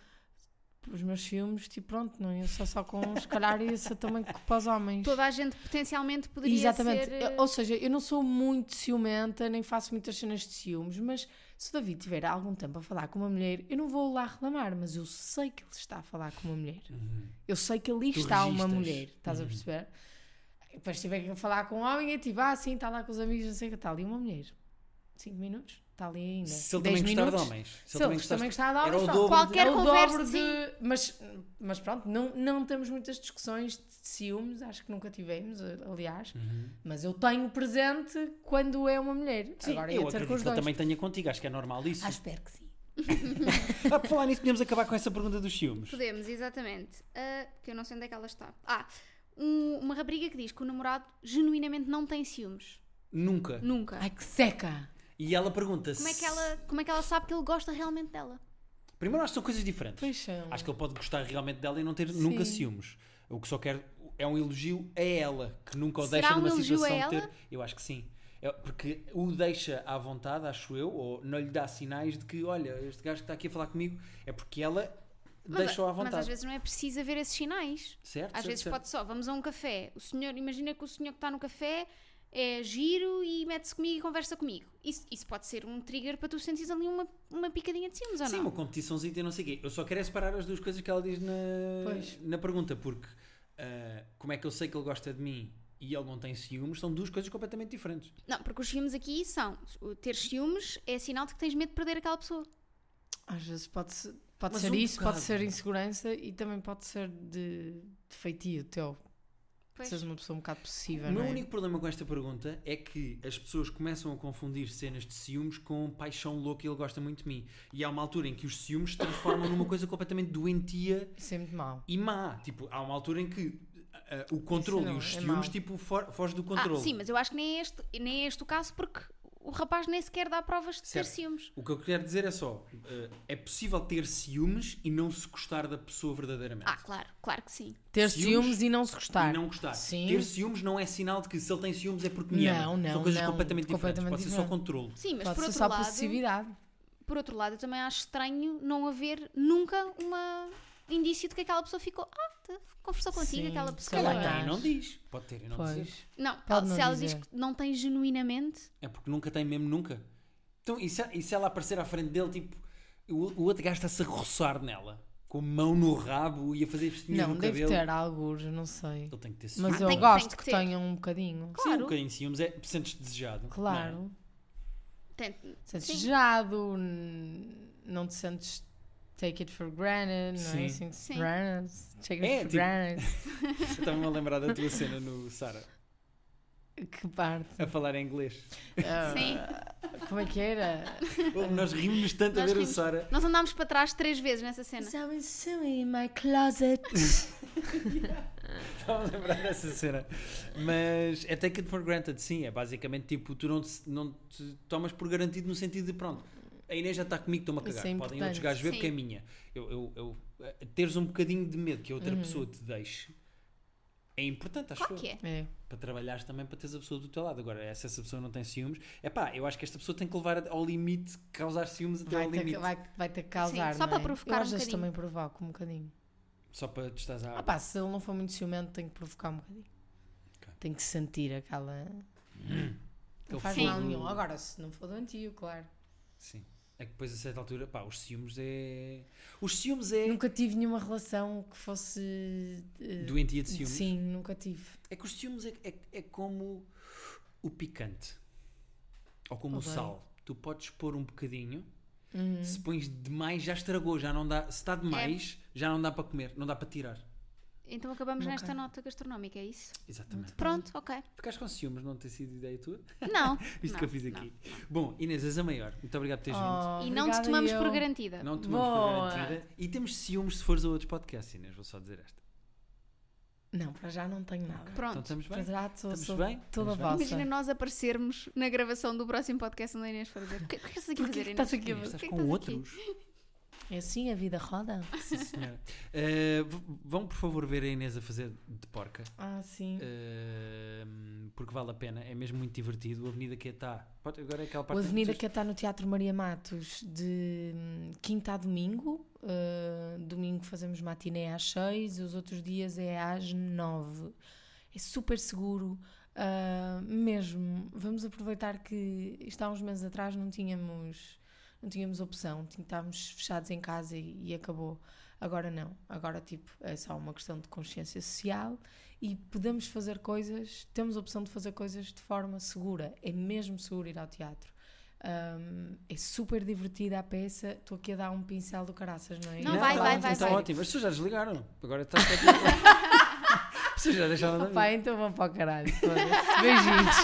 Speaker 3: os meus filmes, tipo, pronto, não ia só só com uns, se calhar ia ser também para os homens.
Speaker 2: Toda a gente potencialmente poderia
Speaker 3: Exatamente.
Speaker 2: ser...
Speaker 3: Eu-
Speaker 2: eh,
Speaker 3: Ou seja, eu não sou muito ciumenta, nem faço muitas cenas de ciúmes, mas se o David tiver algum tempo a falar com uma mulher, eu não vou lá reclamar, mas eu sei que ele está a falar com uma mulher. Eu sei que ali
Speaker 1: Uhum. Tu
Speaker 3: está uma
Speaker 1: registas. Uhum.
Speaker 3: mulher, estás a perceber? Depois se tiver que falar com um homem, é tipo, ah, sim, está lá com os amigos, não sei o que, está ali uma mulher. Cinco minutos, está ali ainda.
Speaker 1: Se ele
Speaker 3: Dez
Speaker 1: é também gostar de
Speaker 3: minutos.
Speaker 1: homens.
Speaker 3: Se ele também
Speaker 1: gostasse-
Speaker 3: gostar de
Speaker 1: era
Speaker 3: homens,
Speaker 1: o
Speaker 3: pronto,
Speaker 1: dobro de-
Speaker 2: Qualquer
Speaker 3: é o
Speaker 2: conversa,
Speaker 3: dobro de- Mas, mas pronto, não, não temos muitas discussões de ciúmes, acho que nunca tivemos, aliás. Mas eu tenho presente quando é uma mulher.
Speaker 1: Uhum. Sim,
Speaker 3: Agora
Speaker 1: eu
Speaker 3: ia ter
Speaker 1: acredito
Speaker 3: com os
Speaker 1: que ele
Speaker 3: dois.
Speaker 1: também tenha contigo, acho que é normal isso.
Speaker 4: Ah, espero que sim.
Speaker 1: Ah, por falar nisso, podemos acabar com essa pergunta dos ciúmes.
Speaker 2: Podemos, exatamente. Ah, que eu não sei onde é que ela está. Ah, um- uma rapariga que diz que o namorado genuinamente não tem ciúmes.
Speaker 1: Nunca.
Speaker 2: Nunca.
Speaker 3: Ai que seca!
Speaker 1: E ela pergunta
Speaker 2: Como é, que
Speaker 1: se-
Speaker 2: ela, como é que ela sabe que ele gosta realmente dela?
Speaker 1: Primeiro, acho que são coisas diferentes.
Speaker 3: Pois são.
Speaker 1: Acho que ele pode gostar realmente dela e não ter nunca ciúmes. O que só quer é um elogio a ela, que nunca o
Speaker 2: Será
Speaker 1: deixa
Speaker 2: um
Speaker 1: numa
Speaker 2: elogio a
Speaker 1: situação de
Speaker 2: ela?
Speaker 1: ter. Eu acho que sim. É porque o deixa à vontade, acho eu, ou não lhe dá sinais de que, olha, este gajo que está aqui a falar comigo é porque ela deixa-o à vontade.
Speaker 2: Mas às vezes não é preciso haver esses sinais.
Speaker 1: Certo?
Speaker 2: Às
Speaker 1: certo,
Speaker 2: vezes
Speaker 1: certo.
Speaker 2: pode só, vamos a um café. O senhor, imagina que o senhor que está no café é giro e mete-se comigo e conversa comigo. Isso, isso pode ser um trigger para tu sentires ali uma, uma picadinha de ciúmes, ou
Speaker 1: Sim, uma
Speaker 2: não?
Speaker 1: competiçãozinha e não sei o quê. Eu só quero é separar as duas coisas que ela diz na,
Speaker 3: Pois.
Speaker 1: na pergunta, porque ah, como é que eu sei que ele gosta de mim e ele não tem ciúmes, são duas coisas completamente diferentes.
Speaker 2: Não, porque os ciúmes aqui são, o ter ciúmes é sinal de que tens medo de perder aquela pessoa.
Speaker 3: Às vezes pode ser, pode
Speaker 1: Mas
Speaker 3: ser
Speaker 1: um
Speaker 3: isso,
Speaker 1: bocado.
Speaker 3: pode ser insegurança e também pode ser de, de feitio teu.
Speaker 2: Pois.
Speaker 3: Seres uma pessoa um bocado possível,
Speaker 1: O
Speaker 3: não
Speaker 1: meu
Speaker 3: é?
Speaker 1: único problema com esta pergunta é que as pessoas começam a confundir cenas de ciúmes com paixão louca e ele gosta muito de mim. E há uma altura em que os ciúmes se transformam numa coisa completamente doentia
Speaker 3: Isso é muito mau.
Speaker 1: e má. Tipo, há uma altura em que ah, ah, o controle
Speaker 3: Isso
Speaker 1: e
Speaker 3: não,
Speaker 1: os
Speaker 3: é
Speaker 1: ciúmes
Speaker 3: mau.
Speaker 1: tipo, for- foge do
Speaker 2: Ah,
Speaker 1: controle.
Speaker 2: sim, mas eu acho que nem é este, nem é este o caso porque o rapaz nem sequer dá provas de
Speaker 1: Certo.
Speaker 2: ter ciúmes.
Speaker 1: O que eu quero dizer é só: eh, é possível ter ciúmes e não se gostar da pessoa verdadeiramente.
Speaker 2: Ah, claro, claro que sim.
Speaker 3: Ter
Speaker 1: Ciúmes
Speaker 3: ciúmes, e não se gostar.
Speaker 1: E não gostar.
Speaker 3: Sim.
Speaker 1: Ter ciúmes não é sinal de que se ele tem ciúmes é porque me
Speaker 3: Não,
Speaker 1: ama. São
Speaker 3: não,
Speaker 1: coisas
Speaker 3: não.
Speaker 1: completamente diferentes.
Speaker 3: Completamente
Speaker 1: Pode ser só
Speaker 3: diferente.
Speaker 1: controle.
Speaker 2: Sim, mas
Speaker 3: Pode
Speaker 2: por
Speaker 3: ser
Speaker 2: outro,
Speaker 3: só
Speaker 2: lado,
Speaker 3: possessividade.
Speaker 2: por outro lado, eu também acho estranho não haver nunca uma indício de que aquela pessoa ficou. Ah, te- conversou contigo,
Speaker 3: Sim,
Speaker 2: aquela
Speaker 3: sei
Speaker 2: pessoa.
Speaker 3: lá.
Speaker 1: Ela tem e
Speaker 3: acho.
Speaker 1: não diz. Pode ter e não dizer.
Speaker 3: Pois.
Speaker 2: Não,
Speaker 3: Pode
Speaker 2: se
Speaker 3: não
Speaker 2: ela
Speaker 3: dizer.
Speaker 2: diz que não tem genuinamente,
Speaker 1: É porque nunca tem mesmo, nunca. Então, e se, e se ela aparecer à frente dele, tipo, o, o outro gajo está-se a roçar nela, com a mão no rabo e a fazer festinhas
Speaker 3: Não,
Speaker 1: no
Speaker 3: deve
Speaker 1: cabelo.
Speaker 3: ter alguns, não sei.
Speaker 1: Ele tem que ter ciúmes.
Speaker 3: Mas
Speaker 2: Ah,
Speaker 3: eu
Speaker 2: tem que-
Speaker 3: gosto
Speaker 2: tem que
Speaker 3: que
Speaker 2: ter.
Speaker 3: tenham um bocadinho.
Speaker 1: Sim, um
Speaker 2: claro.
Speaker 1: bocadinho de ciúmes é sentes desejado. não é?
Speaker 3: Claro.
Speaker 2: tem-
Speaker 3: Sentes
Speaker 2: Sim.
Speaker 3: gerado, n- não te sentes take it for granted, não
Speaker 1: Sim.
Speaker 3: é? Assim,
Speaker 2: Sim.
Speaker 3: granted, take it
Speaker 1: É,
Speaker 3: for
Speaker 1: tipo-
Speaker 3: granted.
Speaker 1: Eu Estava-me a lembrar da tua cena no Sara,
Speaker 3: Que parte.
Speaker 1: a falar em inglês.
Speaker 3: Ah,
Speaker 2: Sim.
Speaker 3: Como é que era?
Speaker 1: Oh, nós rimos tanto a
Speaker 2: Nós
Speaker 1: ver o
Speaker 2: rimos.
Speaker 1: Sara.
Speaker 2: Nós andámos para trás três vezes nessa cena.
Speaker 4: Someone's so in my closet.
Speaker 1: Estava a lembrar dessa cena. Mas é take it for granted, sim. É basicamente tipo, tu não te, não te tomas por garantido no sentido de pronto. A Inês já está comigo, estou-me a
Speaker 3: Isso
Speaker 1: cagar.
Speaker 3: é
Speaker 1: Podem outros
Speaker 3: importante.
Speaker 1: gajos ver
Speaker 2: Sim.
Speaker 1: porque é minha. Eu, eu, eu- eh, teres um bocadinho de medo que a outra pessoa te deixe é importante, acho
Speaker 2: Claro
Speaker 1: eu.
Speaker 2: que é.
Speaker 3: Uhum. É.
Speaker 1: Para trabalhares também para teres a pessoa do teu lado. Agora, se essa pessoa não tem ciúmes, é pá, eu acho que esta pessoa tem que levar ao limite, causar ciúmes até
Speaker 3: Vai
Speaker 1: ao
Speaker 3: ter,
Speaker 1: limite.
Speaker 3: que- vai, vai ter que causar.
Speaker 2: só
Speaker 3: não
Speaker 2: para
Speaker 3: é?
Speaker 2: provocar
Speaker 3: Eu
Speaker 2: um
Speaker 3: às vezes
Speaker 2: bocadinho.
Speaker 3: também provoco um bocadinho.
Speaker 1: Só para tu estás a.
Speaker 3: Ah, pá, se ele não for muito ciumento, tenho que provocar um bocadinho.
Speaker 1: Ok.
Speaker 3: Tenho que sentir aquela.
Speaker 1: aquele
Speaker 3: Não faz
Speaker 1: fogo.
Speaker 3: mal nenhum. Agora, se não for doentio, claro.
Speaker 1: Sim. É que depois a certa altura, pá, os ciúmes é. Os ciúmes é.
Speaker 3: Nunca tive nenhuma relação que fosse. eh,
Speaker 1: Doentia de ciúmes.
Speaker 3: Sim, nunca tive.
Speaker 1: É que os ciúmes é, é, é como o picante. Ou como o
Speaker 3: Ok.
Speaker 1: sal. Tu podes pôr um bocadinho.
Speaker 3: Uhum. É.
Speaker 1: Se pões demais, já estragou. Já não dá, se está demais, já não dá para comer. Não dá para tirar.
Speaker 2: Então acabamos
Speaker 3: Ok. Hum.
Speaker 2: nesta nota gastronómica, é isso?
Speaker 3: Então,
Speaker 1: Exatamente.
Speaker 2: Pronto, ok.
Speaker 1: Ficaste com ciúmes, não ter sido ideia tua?
Speaker 2: Não.
Speaker 1: Isto que eu
Speaker 2: não,
Speaker 1: fiz
Speaker 2: não.
Speaker 1: aqui. Bom, Inês, és a maior. Muito obrigado por teres
Speaker 3: Oh,
Speaker 2: E não te
Speaker 3: obrigada
Speaker 2: tomamos
Speaker 3: eu.
Speaker 2: por garantida.
Speaker 1: vindo. Não tomamos por
Speaker 3: Oh, Boa.
Speaker 1: garantida. E temos ciúmes se fores a outros podcasts, Inês. Vou só dizer esta.
Speaker 3: Não, para já não tenho nada.
Speaker 1: Então
Speaker 2: Pronto.
Speaker 1: estamos
Speaker 3: Para
Speaker 1: bem?
Speaker 3: já sou,
Speaker 1: Estamos
Speaker 3: sou
Speaker 1: bem?
Speaker 3: toda
Speaker 1: Estamos
Speaker 3: vossa.
Speaker 2: Imagina nós aparecermos na gravação do próximo podcast onde a Inês for dizer. O que, o que é que estás aqui a fazer,
Speaker 3: que
Speaker 2: Inês?
Speaker 3: estás aqui a
Speaker 2: O
Speaker 1: Inês,
Speaker 2: que é
Speaker 1: estás
Speaker 2: que
Speaker 1: com
Speaker 2: estás aqui?
Speaker 1: outros?
Speaker 4: É assim a vida roda?
Speaker 1: Sim, senhora. Eh, v- vão, por favor, ver a Inês a fazer de porca.
Speaker 3: Ah, sim.
Speaker 1: Ahm, porque vale a pena, é mesmo muito divertido. A Avenida que está. Agora é aquela
Speaker 3: O
Speaker 1: parte.
Speaker 3: Avenida que está no Teatro Maria Matos de hum, quinta a domingo. Uh, domingo fazemos matiné às seis, os outros dias é às nove. É super seguro, uh, mesmo. Vamos aproveitar que isto há uns meses atrás não tínhamos, não tínhamos opção, tin- estávamos fechados em casa e, e acabou. Agora não, agora tipo é só uma questão de consciência social e podemos fazer coisas, temos a opção de fazer coisas de forma segura. É mesmo seguro ir ao teatro. Um, é super divertida a peça. Estou aqui a dar um pincel do caraças, não é?
Speaker 2: Não, vai,
Speaker 3: tá
Speaker 2: vai,
Speaker 3: ótimo,
Speaker 2: vai,
Speaker 1: Então
Speaker 3: tá
Speaker 2: vai.
Speaker 1: ótimo. As pessoas já desligaram. Agora está. As pessoas já deixaram de
Speaker 3: Opa,
Speaker 1: ouvir.
Speaker 3: então vão para o caralho. foda-se. Beijinhos.